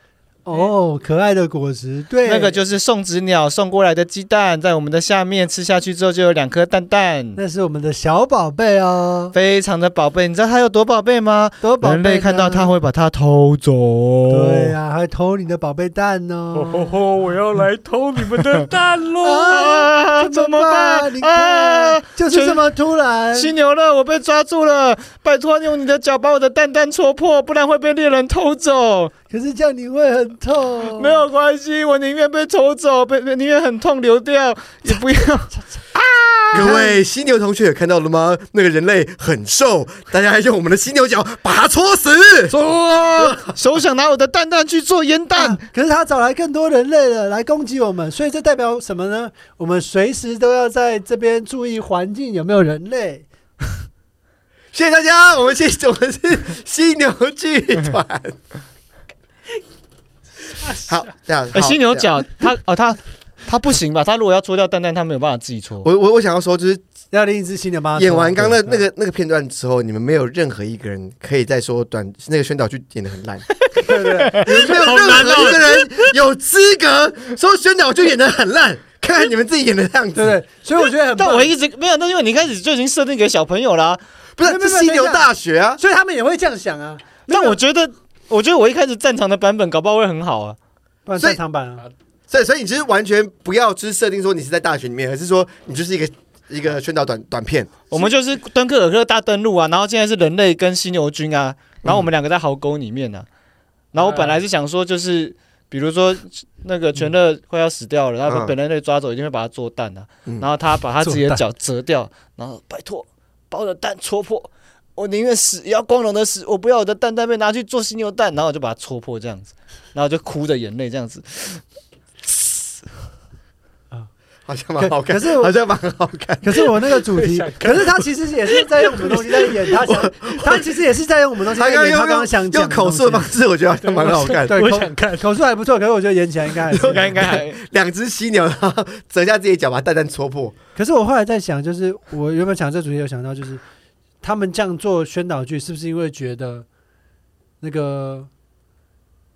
Speaker 1: 哦，可爱的果实，对，
Speaker 3: 那个就是送子鸟送过来的鸡蛋，在我们的下面吃下去之后就有两颗蛋蛋，
Speaker 1: 那是我们的小宝贝哦，
Speaker 3: 非常的宝贝。你知道它有多宝贝吗？
Speaker 1: 多宝贝
Speaker 3: 人
Speaker 1: 呢
Speaker 3: 类看到它，会把它偷走。
Speaker 1: 对呀、还偷你的宝贝蛋呢、
Speaker 4: 哦吼吼，我要来偷你们 的蛋喽！
Speaker 3: 啊，
Speaker 1: 怎
Speaker 3: 怎
Speaker 1: 么
Speaker 3: 么
Speaker 1: 办？你
Speaker 3: 办？
Speaker 1: 看，
Speaker 3: 啊！
Speaker 1: 就是这么突然。
Speaker 3: 犀牛了，我被抓住了！拜托，用你的脚把我的蛋蛋戳破，不然会被猎人偷走。
Speaker 1: 可是这样你会很痛。
Speaker 3: 没有关系，我宁愿被偷走，被被宁愿很痛流掉，也不要啊！
Speaker 2: 各位犀牛同学看到了吗？那个人类很瘦，大家用我们的犀牛角把它戳死。
Speaker 3: 说，
Speaker 5: 啊
Speaker 3: 手想拿我的蛋蛋去做烟蛋
Speaker 1: 啊，可是他找来更多人类了来攻击我们，所以这代表什么呢？我们随时都要在这边注意环境有没有人类。
Speaker 2: 谢谢大家，我们谢我们是犀牛剧团。 好，这样。
Speaker 3: 呃
Speaker 5: 哎，
Speaker 2: 好
Speaker 5: 犀牛
Speaker 2: 这样
Speaker 5: 角它哦它它不行吧？它如果要搓掉蛋蛋，它没有办法自己 搓。
Speaker 2: 我我我想要说，就是
Speaker 1: 要另一只犀牛吗？
Speaker 2: 演完刚刚那那
Speaker 1: 嗯
Speaker 2: 个那个片段之后，你们没有任何一个人可以再说短那个宣导剧演的 很烂，对不对？你们没有任何一个人有资格说宣导剧演的很 烂，看看你们自己演的
Speaker 1: 对
Speaker 2: 样
Speaker 1: 不
Speaker 2: 子。
Speaker 1: 对？所以我觉得很
Speaker 5: 但
Speaker 1: 棒
Speaker 5: 我。一直没有，那是因为你一开始就已经设定给小朋友啦。
Speaker 2: 不是，
Speaker 1: 没有
Speaker 2: 这
Speaker 1: 没有
Speaker 2: 犀
Speaker 1: 等
Speaker 2: 牛
Speaker 1: 一下
Speaker 2: 大学啊，
Speaker 1: 所以他们也会这样想啊。
Speaker 5: 但
Speaker 1: 没有
Speaker 5: 我觉得，我觉得我一开始战场的版本搞不好会很好啊。
Speaker 1: 不然
Speaker 2: 所以
Speaker 1: 正常版啊，
Speaker 2: 所以所以你就是完全不要就是设定说你是在大学里面，而是说你就是一个一个宣导短短片。
Speaker 5: 我们就是敦刻尔克大登陆啊，然后现在是人类跟犀牛军啊，
Speaker 1: 嗯
Speaker 5: 然后我们两个在壕沟里面呢、啊。然后我本来是想说，就是比如说那个全乐快要死
Speaker 1: 嗯
Speaker 5: 掉了，然后被人类抓走，一定会把它做蛋啊。
Speaker 2: 嗯
Speaker 5: 然后他把他自己
Speaker 1: 做
Speaker 5: 的
Speaker 1: 蛋
Speaker 5: 脚折掉，然后拜托把我的蛋戳破，我宁愿死也要光荣的死，我不要我的蛋蛋被拿去做犀牛蛋，然后我就把它戳破这样子，然后就哭着眼泪这样子。
Speaker 2: 好像蛮好看，
Speaker 1: 可可是我
Speaker 2: 好像蛮好看。
Speaker 1: 可是我那个主题，可是他其实也是在用我们东西在演，他想，他其实也是在用我们东西在
Speaker 2: 他刚
Speaker 1: 演，他
Speaker 2: 用
Speaker 1: 刚刚想
Speaker 2: 用
Speaker 1: 讲
Speaker 2: 用
Speaker 1: 的东
Speaker 2: 口
Speaker 1: 西
Speaker 2: 述的方式，我觉得好像蛮好看。
Speaker 1: 对
Speaker 4: 我
Speaker 1: 口
Speaker 4: 想看，
Speaker 1: 口述还不错，可是我觉得演起来应该还是
Speaker 5: 应该应该还
Speaker 2: 两只犀牛，然后折下自己脚，把蛋蛋戳破。
Speaker 1: 可是我后来在想，就是我原本想这主题有想到，就是他们这样做宣导剧，是不是因为觉得那个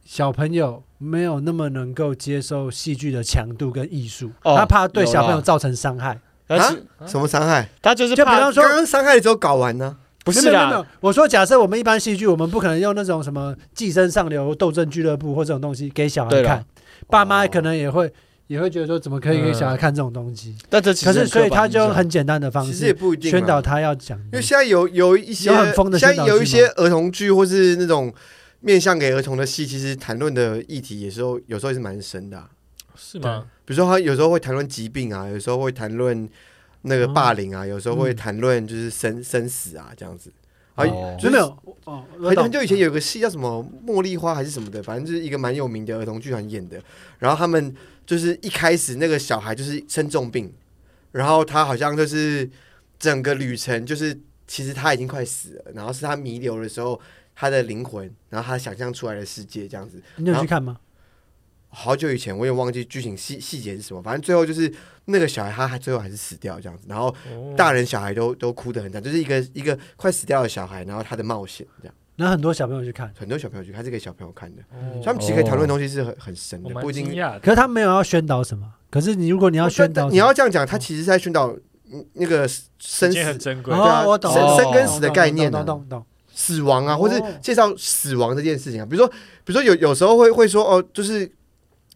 Speaker 1: 小朋友没有那么能够接受戏剧的强度跟艺术，
Speaker 5: 哦
Speaker 1: 他怕对
Speaker 5: 有
Speaker 1: 小朋友
Speaker 5: 啦
Speaker 1: 造成伤害？
Speaker 5: 而
Speaker 2: 啊
Speaker 5: 且
Speaker 2: 什么伤害？
Speaker 5: 他就是
Speaker 1: 就比
Speaker 5: 怕
Speaker 1: 方说
Speaker 2: 刚。刚伤害的时候搞完呢？
Speaker 5: 不
Speaker 1: 没
Speaker 5: 是
Speaker 1: 有没有没
Speaker 5: 啦
Speaker 1: 有，，我说假设我们一般戏剧，我们不可能用那种什么《寄生上流》《斗争俱乐部》或这种东西给小孩
Speaker 5: 对啦
Speaker 1: 看，爸妈可能也会也会觉得说，怎么可以给小孩看这种东西？
Speaker 2: 哦
Speaker 5: 但这其实
Speaker 1: 可是
Speaker 5: 很
Speaker 1: 所以
Speaker 5: 刻板
Speaker 1: 他
Speaker 5: 印象哦
Speaker 1: 就用很简单的方
Speaker 2: 其实也
Speaker 1: 式
Speaker 2: 不一定啊
Speaker 1: 宣导他要讲
Speaker 2: 因
Speaker 1: 的
Speaker 2: 为。现在有有一些
Speaker 1: 有很疯的宣
Speaker 2: 现
Speaker 1: 导
Speaker 2: 在有一
Speaker 1: 剧
Speaker 2: 些
Speaker 1: 吗
Speaker 2: 儿童剧或是那种面向给儿童的戏，其实谈论的议题有时候有时候也是蛮深的啊、
Speaker 4: 是吗？
Speaker 2: 比如说，他有时候会谈论疾病啊，有时候会谈论那个霸凌啊，有时候会
Speaker 1: 嗯
Speaker 2: 谈论就是生生死啊这样子。啊，
Speaker 5: 哦
Speaker 2: 就
Speaker 1: 真
Speaker 2: 是
Speaker 1: 的有哦，我
Speaker 2: 很
Speaker 1: 懂
Speaker 2: 很久以前有个戏叫什么《茉莉花》还是什么的，反正就是一个蛮有名的儿童剧团演的。然后他们就是一开始那个小孩就是生重病，然后他好像就是整个旅程就是其实他已经快死了，然后是他弥留的时候他的灵魂，然后他想象出来的世界这样子。
Speaker 1: 你有去看
Speaker 2: 啊
Speaker 1: 吗？
Speaker 2: 好久以前我也忘记剧情细细节是什么，反正最后就是那个小孩他还最后还是死掉这样子，然后
Speaker 4: 哦
Speaker 2: 大人小孩都都哭得很惨，就是一个一个快死掉的小孩，然后他的冒险这样。
Speaker 1: 然后很多小朋友去看，
Speaker 2: 很多小朋友去看，是给小朋友看的。
Speaker 4: 哦
Speaker 2: 所以他们其实可以讨论的东西是很很深
Speaker 4: 我
Speaker 2: 的，
Speaker 4: 蛮
Speaker 2: 不一
Speaker 4: 惊
Speaker 2: 定
Speaker 4: 讶的。
Speaker 1: 可是他没有要宣导什么。可是你如果你要宣
Speaker 2: 但
Speaker 1: 导什
Speaker 2: 但
Speaker 1: 么，
Speaker 2: 你要这样讲，他其实是在宣导嗯那个生
Speaker 4: 时间很
Speaker 2: 死、
Speaker 4: 珍贵，
Speaker 2: 对啊
Speaker 1: 哦，我懂
Speaker 5: 生生跟
Speaker 2: 死的概念啊
Speaker 1: 懂懂懂。
Speaker 2: 死亡啊，
Speaker 1: 哦
Speaker 2: 或是介绍死亡这件事情啊。比如说，比如说有有时候会会说哦，就是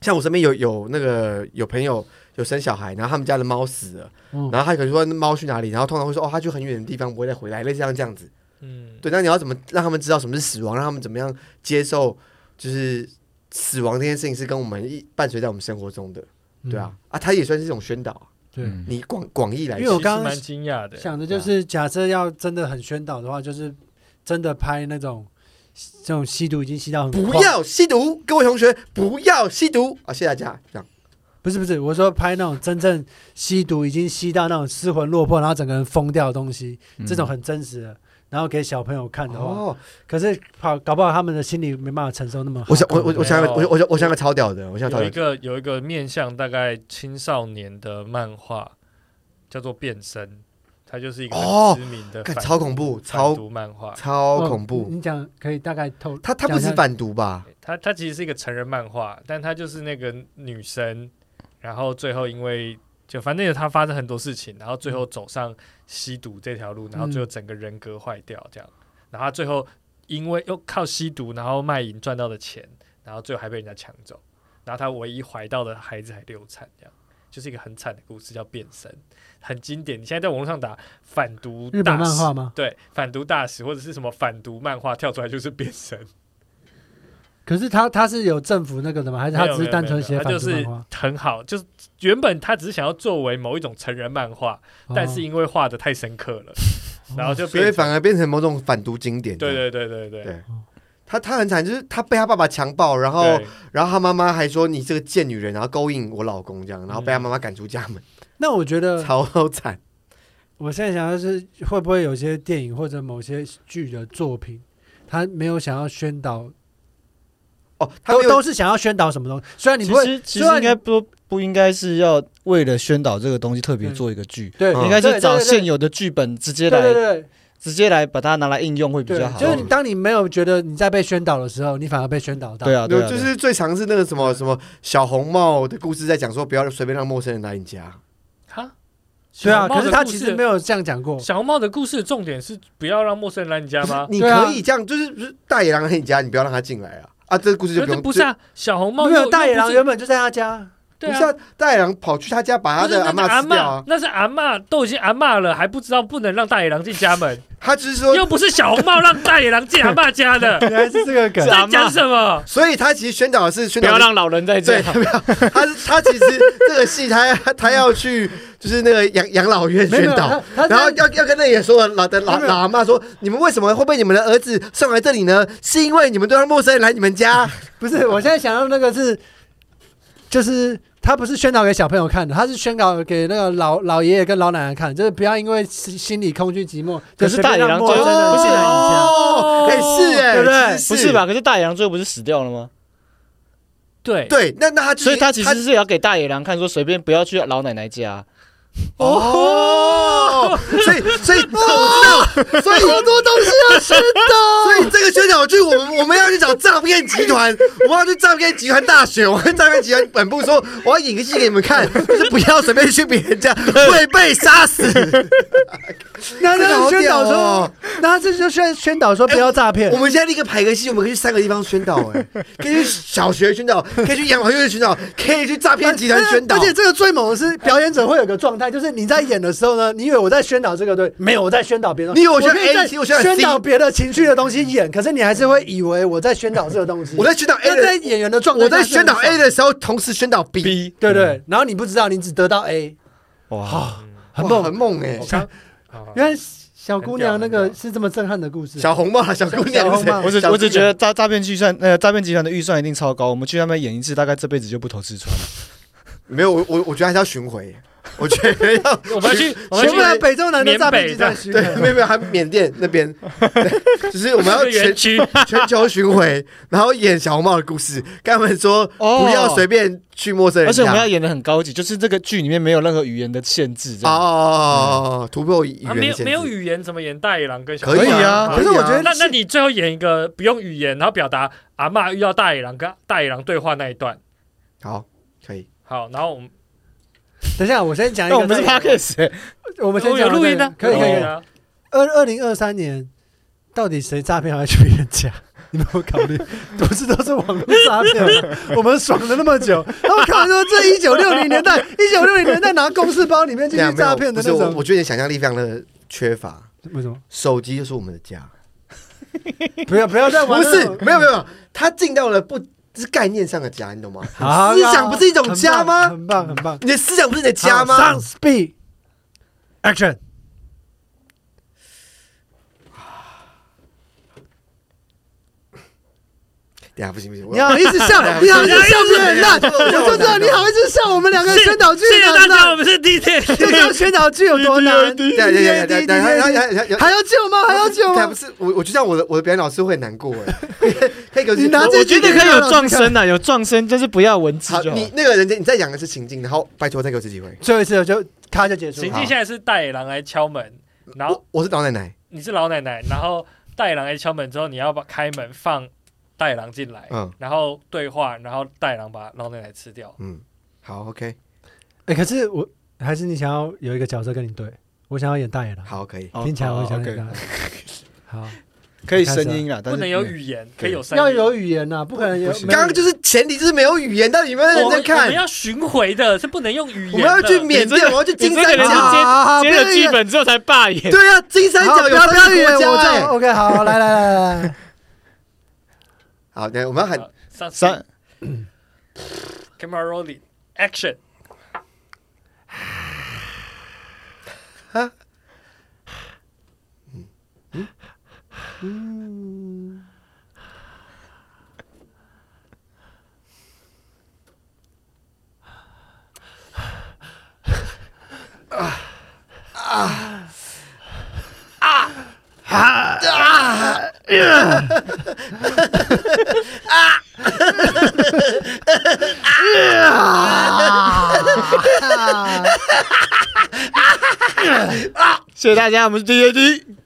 Speaker 2: 像我身边有有那个有朋友有生小孩，然后他们家的猫死了，
Speaker 1: 嗯
Speaker 2: 然后他可能说那猫去哪里，然后通常会说哦，它去很远的地方不会再回来，类似像这样子。
Speaker 4: 嗯，
Speaker 2: 对，那你要怎么让他们知道什么是死亡，让他们怎么样接受，就是死亡这件事情是跟我们一伴随在我们生活中的，对啊，啊，它也算是一种宣导啊，
Speaker 1: 嗯对
Speaker 5: 嗯
Speaker 2: 你广广义来
Speaker 1: 因为我
Speaker 2: 说，
Speaker 4: 其实
Speaker 1: 刚刚
Speaker 4: 蛮惊讶的，
Speaker 1: 想的就是，假设要真的很宣导的话，就是真的拍那种这种吸毒已经吸到很
Speaker 2: 不
Speaker 1: 狂，
Speaker 2: 要吸毒，各位同学不要吸毒啊，谢谢大家，这样
Speaker 1: 不是不是，我说拍那种真正吸毒已经吸到那种失魂落魄，然后整个人疯掉的东西，
Speaker 5: 嗯
Speaker 4: 嗯
Speaker 1: 这种很真实的。然后给小朋友看的话，
Speaker 2: 哦，
Speaker 1: 可是搞搞不好他们的心理没办法承受那么好。哦
Speaker 2: 我想我我我想
Speaker 4: 没有
Speaker 2: 我我想我想个超屌的，我想个
Speaker 4: 有
Speaker 2: 超
Speaker 4: 一
Speaker 2: 屌的，
Speaker 4: 个有一个面向大概青少年的漫画，叫做《变身》，它就是一个
Speaker 2: 哦
Speaker 4: 很知名的
Speaker 2: 干
Speaker 4: 反
Speaker 2: 超恐怖
Speaker 4: 反
Speaker 2: 超
Speaker 4: 毒漫画。
Speaker 2: 超
Speaker 1: 哦
Speaker 2: 恐怖，
Speaker 1: 你你讲可以大概透，
Speaker 2: 他他不
Speaker 1: 讲一
Speaker 2: 止
Speaker 1: 下
Speaker 2: 反毒吧？
Speaker 4: 它它其实是一个成人漫画，但它就是那个女生，然后最后因为就反正她发生很多事情，然后最
Speaker 1: 嗯
Speaker 4: 后走上吸毒这条路，然后最后整个人格坏掉这样，然后她最后因为又靠吸毒，然后卖淫赚到的钱，然后最后还被人家抢走，然后她唯一怀到的孩子还流产这样。就是一个很惨的故事，叫《变身》，很经典。你现在在网络上打“反毒
Speaker 1: 日
Speaker 4: 大
Speaker 1: 本漫
Speaker 4: 使
Speaker 1: 画吗？
Speaker 4: 对，反毒大使或者是什么反毒漫画，跳出来就是《变身》。
Speaker 1: 可是他他是有政府那个的吗？还是他
Speaker 4: 没有
Speaker 1: 只是单纯
Speaker 4: 没
Speaker 1: 写
Speaker 4: 有没有
Speaker 1: 反
Speaker 4: 他就
Speaker 1: 毒漫
Speaker 4: 是
Speaker 1: 画？
Speaker 4: 很好，就是原本他只是想要作为某一种成人漫画，但是
Speaker 1: 哦
Speaker 4: 因为画的太深刻了，然后就
Speaker 2: 所以
Speaker 4: 变成
Speaker 2: 反而变成某种反毒经典。
Speaker 4: 对对对对对
Speaker 2: 对他他很惨，就是他被他爸爸强暴，然后
Speaker 4: 对
Speaker 2: 然后他妈妈还说你这个贱女人，然后勾引我老公这样，然后
Speaker 1: 嗯
Speaker 2: 被他妈妈赶出家门，
Speaker 1: 那我觉得
Speaker 2: 超惨。
Speaker 1: 我现在想的是，会不会有些电影或者某些剧的作品，他没有想要宣导，
Speaker 2: 哦，他
Speaker 1: 都
Speaker 2: 没有
Speaker 1: 都是想要宣导什么东西？虽然你
Speaker 5: 其
Speaker 1: 不会，
Speaker 5: 实其
Speaker 1: 虽
Speaker 5: 实
Speaker 1: 然
Speaker 5: 应该不不应该是要为了宣导这个东西特别
Speaker 1: 嗯
Speaker 5: 做一个剧，
Speaker 1: 对，
Speaker 2: 嗯
Speaker 5: 应该
Speaker 1: 对
Speaker 5: 是找
Speaker 1: 对对
Speaker 5: 现有的剧本直接
Speaker 1: 对对
Speaker 5: 来
Speaker 1: 对
Speaker 5: 直接来把它拿来应用会比
Speaker 1: 对
Speaker 5: 较
Speaker 1: 对，
Speaker 5: 好。
Speaker 1: 就是
Speaker 5: 对
Speaker 1: 你当你没有觉得你在被宣导的时候，你反而被宣导到。
Speaker 5: 啊，对啊，
Speaker 2: 就
Speaker 5: 对啊
Speaker 2: 是最常是那个什么什么小红帽的故事，在讲说不要随便让陌生人来你家。
Speaker 4: 哈，
Speaker 1: 对啊，
Speaker 4: 小猫
Speaker 1: 可
Speaker 4: 的
Speaker 1: 是他
Speaker 4: 故
Speaker 1: 其
Speaker 4: 事
Speaker 1: 实没有这样讲过。
Speaker 4: 小红帽的故事的重点是不要让陌生人来你家吗？
Speaker 2: 你
Speaker 1: 对啊
Speaker 2: 可以这样，就是就是大野狼来你家，你不要让他进来啊啊！这个故事就
Speaker 4: 可
Speaker 2: 不
Speaker 4: 是
Speaker 2: 用
Speaker 4: 不是啊，小红帽
Speaker 1: 没有
Speaker 4: 又
Speaker 1: 大野狼
Speaker 4: 又
Speaker 1: 原本就在他家，
Speaker 4: 不
Speaker 2: 不
Speaker 4: 是对
Speaker 2: 是
Speaker 4: 啊，
Speaker 2: 啊，大野狼跑去他家把他
Speaker 4: 不是
Speaker 2: 的
Speaker 4: 那
Speaker 2: 阿
Speaker 4: 个
Speaker 2: 嬷
Speaker 4: 阿
Speaker 2: 吃掉啊
Speaker 4: 嬷，，那是阿嬷都已经阿嬷了，还不知道不能让大野狼进家门，
Speaker 2: 他只是说，
Speaker 4: 又不是小红帽让大野狼进阿嬷家的，
Speaker 1: 原来是这个梗
Speaker 4: 在讲什么？
Speaker 2: 所以他其实宣导的是宣
Speaker 5: 不
Speaker 2: 导
Speaker 5: 要
Speaker 2: 的
Speaker 5: 让老人在这
Speaker 2: 对，。不要，他是他其实这个戏他他要去就是那个养养老院
Speaker 1: 没有
Speaker 2: 宣
Speaker 1: 没有
Speaker 2: 导，
Speaker 1: 他他
Speaker 2: 然后
Speaker 1: 这样
Speaker 2: 要要跟那也说老的老
Speaker 1: 没有
Speaker 2: 老阿妈说，你们为什么会被你们的儿子送来这里呢？是因为你们都让陌生人来你们家，
Speaker 1: 不是，我现在想到那个是，就是他不是宣导给小朋友看的，他是宣导给那个老老爷爷跟老奶奶看，就是不要因为心心理空虚寂寞，
Speaker 5: 可
Speaker 1: 就是随便
Speaker 5: 大野
Speaker 1: 让
Speaker 5: 狼
Speaker 1: 陌
Speaker 5: 最
Speaker 1: 生人
Speaker 5: 不啊
Speaker 1: 进
Speaker 5: 是
Speaker 1: 来你家。
Speaker 2: 哦，哎是哎，
Speaker 1: 对不对
Speaker 2: 其
Speaker 5: 不
Speaker 2: 实
Speaker 5: 是吧？？可是大野狼最后不是死掉了吗？
Speaker 4: 对，
Speaker 2: 对，那那他就是
Speaker 5: 所以他其实是要给大野狼看，说随便不要去老奶奶家。
Speaker 2: 哦，所以所以哦，我知道，所以好多东西要宣导，所以这个宣导剧，我们我们要去找诈骗集团，我们要去诈骗集团大学，我跟诈骗集团本部说，我要演个戏给你们看，就是不要随便去别人家，会被杀死。
Speaker 1: 那
Speaker 2: 这个
Speaker 1: 那
Speaker 2: 好
Speaker 1: 宣导
Speaker 2: 屌哦
Speaker 1: 说，那这就宣宣导说不要诈骗
Speaker 2: 我。们现在立刻排个戏，我们可以去三个地方宣导、哎，可以去小学宣导，可以去养老院宣导，可以去诈骗集团宣导
Speaker 1: 而。且这个最猛的是，表演者会有个状态，就是你在演的时候呢，你以为我在宣导这个对，没有我在宣导别的东西。
Speaker 2: 你以为我宣
Speaker 1: 可
Speaker 2: 导
Speaker 1: 以
Speaker 2: A，
Speaker 1: 在
Speaker 2: 其实我宣导 C
Speaker 1: 宣导别的情绪的东西演，可是你还是会以为我在宣导这个 东西。
Speaker 2: 我在宣导 A
Speaker 1: 那在
Speaker 2: 的，
Speaker 1: 演员的状态，
Speaker 2: 我在宣导 A，的时候，同时宣导 B，
Speaker 5: B
Speaker 1: 对对，然后你不知道，你只得到 A，
Speaker 5: 嗯哇，
Speaker 1: 很
Speaker 2: 哇
Speaker 1: 猛
Speaker 2: 很。猛哎、
Speaker 4: 我刚好
Speaker 1: 原来小姑娘那
Speaker 4: 很屌
Speaker 1: 个
Speaker 4: 很屌
Speaker 1: 是这么震撼的故事。
Speaker 2: 小红帽啦，小姑
Speaker 1: 小
Speaker 2: 娘是
Speaker 1: 红
Speaker 2: 谁
Speaker 1: 帽？
Speaker 5: 我只
Speaker 2: 小姑娘
Speaker 5: 我只觉得诈诈骗计算呃诈骗集团的预算一定超高，我们去那边演一次，大概这辈子就不投四川了。
Speaker 2: 没有，我我我觉得还是要巡回，我觉得 要
Speaker 4: 我们要去，我们
Speaker 1: 全部
Speaker 4: 要
Speaker 1: 来
Speaker 4: 去
Speaker 1: 北中南都诈骗集团虚
Speaker 2: 对，没有没有，还缅甸那 边，对啊就是我们要
Speaker 4: 园
Speaker 2: 全
Speaker 4: 区，
Speaker 2: 全球巡回，然后演小红帽的故事，跟他们说
Speaker 5: 哦
Speaker 2: 不要随便去陌生人
Speaker 5: 而且
Speaker 2: 家，
Speaker 5: 我们要演的很高级，就是这个剧里面没有任何语言的限制，这
Speaker 2: 哦
Speaker 5: 样。
Speaker 2: 哦哦，突破语言
Speaker 4: 啊
Speaker 2: 的
Speaker 4: 没有
Speaker 2: 限制
Speaker 4: 没有语言怎么演大野狼跟小
Speaker 2: 可以
Speaker 5: 可以
Speaker 2: 啊
Speaker 5: 啊，
Speaker 2: 以啊
Speaker 1: 可是我觉得
Speaker 4: 那那你最后演一个不用语言，然后表达阿嬷遇到大野狼跟大野狼对话那一段。
Speaker 2: 好可以，
Speaker 4: 好，然后我们
Speaker 1: 等一下，我先讲一
Speaker 5: 那
Speaker 1: 个。
Speaker 5: 我们是 podcast，欸
Speaker 1: 我们先
Speaker 4: 我
Speaker 1: 讲
Speaker 4: 有
Speaker 1: 这个
Speaker 4: 录音的，
Speaker 1: 可以可以可
Speaker 4: 有录
Speaker 1: 以
Speaker 4: 音。啊
Speaker 1: 二二零二三年，到底谁诈骗还去别人家？ 你们有考虑？不是都是网络诈骗吗？我们爽了那么久，他们看说这一九六零年代，一九六零年代拿公事包里面进
Speaker 2: 这样
Speaker 1: 去
Speaker 2: 没有
Speaker 1: 诈骗的
Speaker 2: 不是
Speaker 1: 那
Speaker 2: 我，
Speaker 1: 种
Speaker 2: 我，觉得你想象力非常的缺乏，
Speaker 1: 为什么？
Speaker 2: 手机就是我们的家，
Speaker 1: 不要不要再玩
Speaker 2: 不
Speaker 1: 那
Speaker 2: 是
Speaker 1: 种，
Speaker 2: 没有没有没有，他进到了不是概念上的家，你懂吗？
Speaker 1: 好
Speaker 2: 思想不是一种
Speaker 1: 很棒
Speaker 2: 家吗
Speaker 1: 很棒很棒，
Speaker 2: 你的思想不是你的家吗？
Speaker 1: 上 speed action，
Speaker 2: 等一下不行不行，我
Speaker 1: 你好意思笑，你好意思笑别人烂，我就知道你好意思笑我们两个宣导剧
Speaker 4: 谢谢大
Speaker 1: 难
Speaker 4: 家，我
Speaker 1: 呐，
Speaker 4: 们是 DT。
Speaker 1: 就知道宣导剧有多难，
Speaker 2: 对对对对对，还还还还
Speaker 1: 还要救吗？还要救
Speaker 2: 他
Speaker 1: 吗
Speaker 2: 不？是我，我就像我的我的表演老师会很难过哎，可以给我
Speaker 1: 你拿
Speaker 5: 我
Speaker 1: 这
Speaker 5: 我觉得可以有撞声啊，有撞声，就是不要文字
Speaker 2: 好，
Speaker 5: 就好。
Speaker 2: 你那个人家你再讲的是情境，然后拜托再给我一次机会。
Speaker 1: 最后一次就咔就结束
Speaker 4: 行，
Speaker 1: 好
Speaker 4: 进现在是大野狼来敲门，然后
Speaker 2: 我我是老奶奶，
Speaker 4: 你是老奶奶，然后大野狼来敲门之后，你要把开门放大野狼进来，
Speaker 2: 嗯
Speaker 4: 然后对话，然后大野狼把老奶奶吃掉。
Speaker 2: 嗯，好，OK，
Speaker 1: 哎，可是我还是你想要有一个角色跟你对，我想要演大野狼，
Speaker 2: 好，可以。
Speaker 5: 哦
Speaker 1: 听起来我
Speaker 5: 哦
Speaker 1: 想
Speaker 5: OK
Speaker 1: 演大野狼。好，
Speaker 5: 可以声音啊，但是
Speaker 4: 不能有语言，可以有声音。
Speaker 1: 要有语言呐，不可能有
Speaker 5: 不。行
Speaker 1: 没有
Speaker 2: 刚刚就是前提就是没有语言，到底有没有
Speaker 4: 我
Speaker 2: 认
Speaker 4: 们
Speaker 2: 真
Speaker 4: 我
Speaker 2: 看
Speaker 4: 们？要巡回的，是不能用语言
Speaker 2: 我
Speaker 4: 的。
Speaker 2: 们要去缅
Speaker 5: 你这
Speaker 2: 甸，我要去
Speaker 5: 你
Speaker 2: 金
Speaker 5: 这
Speaker 2: 三
Speaker 5: 个人是
Speaker 2: 角。
Speaker 5: 接接
Speaker 1: 不要
Speaker 5: 了剧本之后才罢演。
Speaker 2: 对啊，金三
Speaker 1: 好
Speaker 2: 角
Speaker 1: 不
Speaker 2: 有
Speaker 1: 要
Speaker 2: 三
Speaker 1: 不
Speaker 2: 个
Speaker 1: 要语言，
Speaker 2: 国
Speaker 1: 我
Speaker 2: 家
Speaker 1: 这
Speaker 2: 哎。
Speaker 1: OK，好，来来来来来，
Speaker 4: Uh,
Speaker 2: 好，等一下我们要喊
Speaker 3: 三
Speaker 4: Sunset camera rolling action，
Speaker 5: 谢谢大家，我们是 D A D。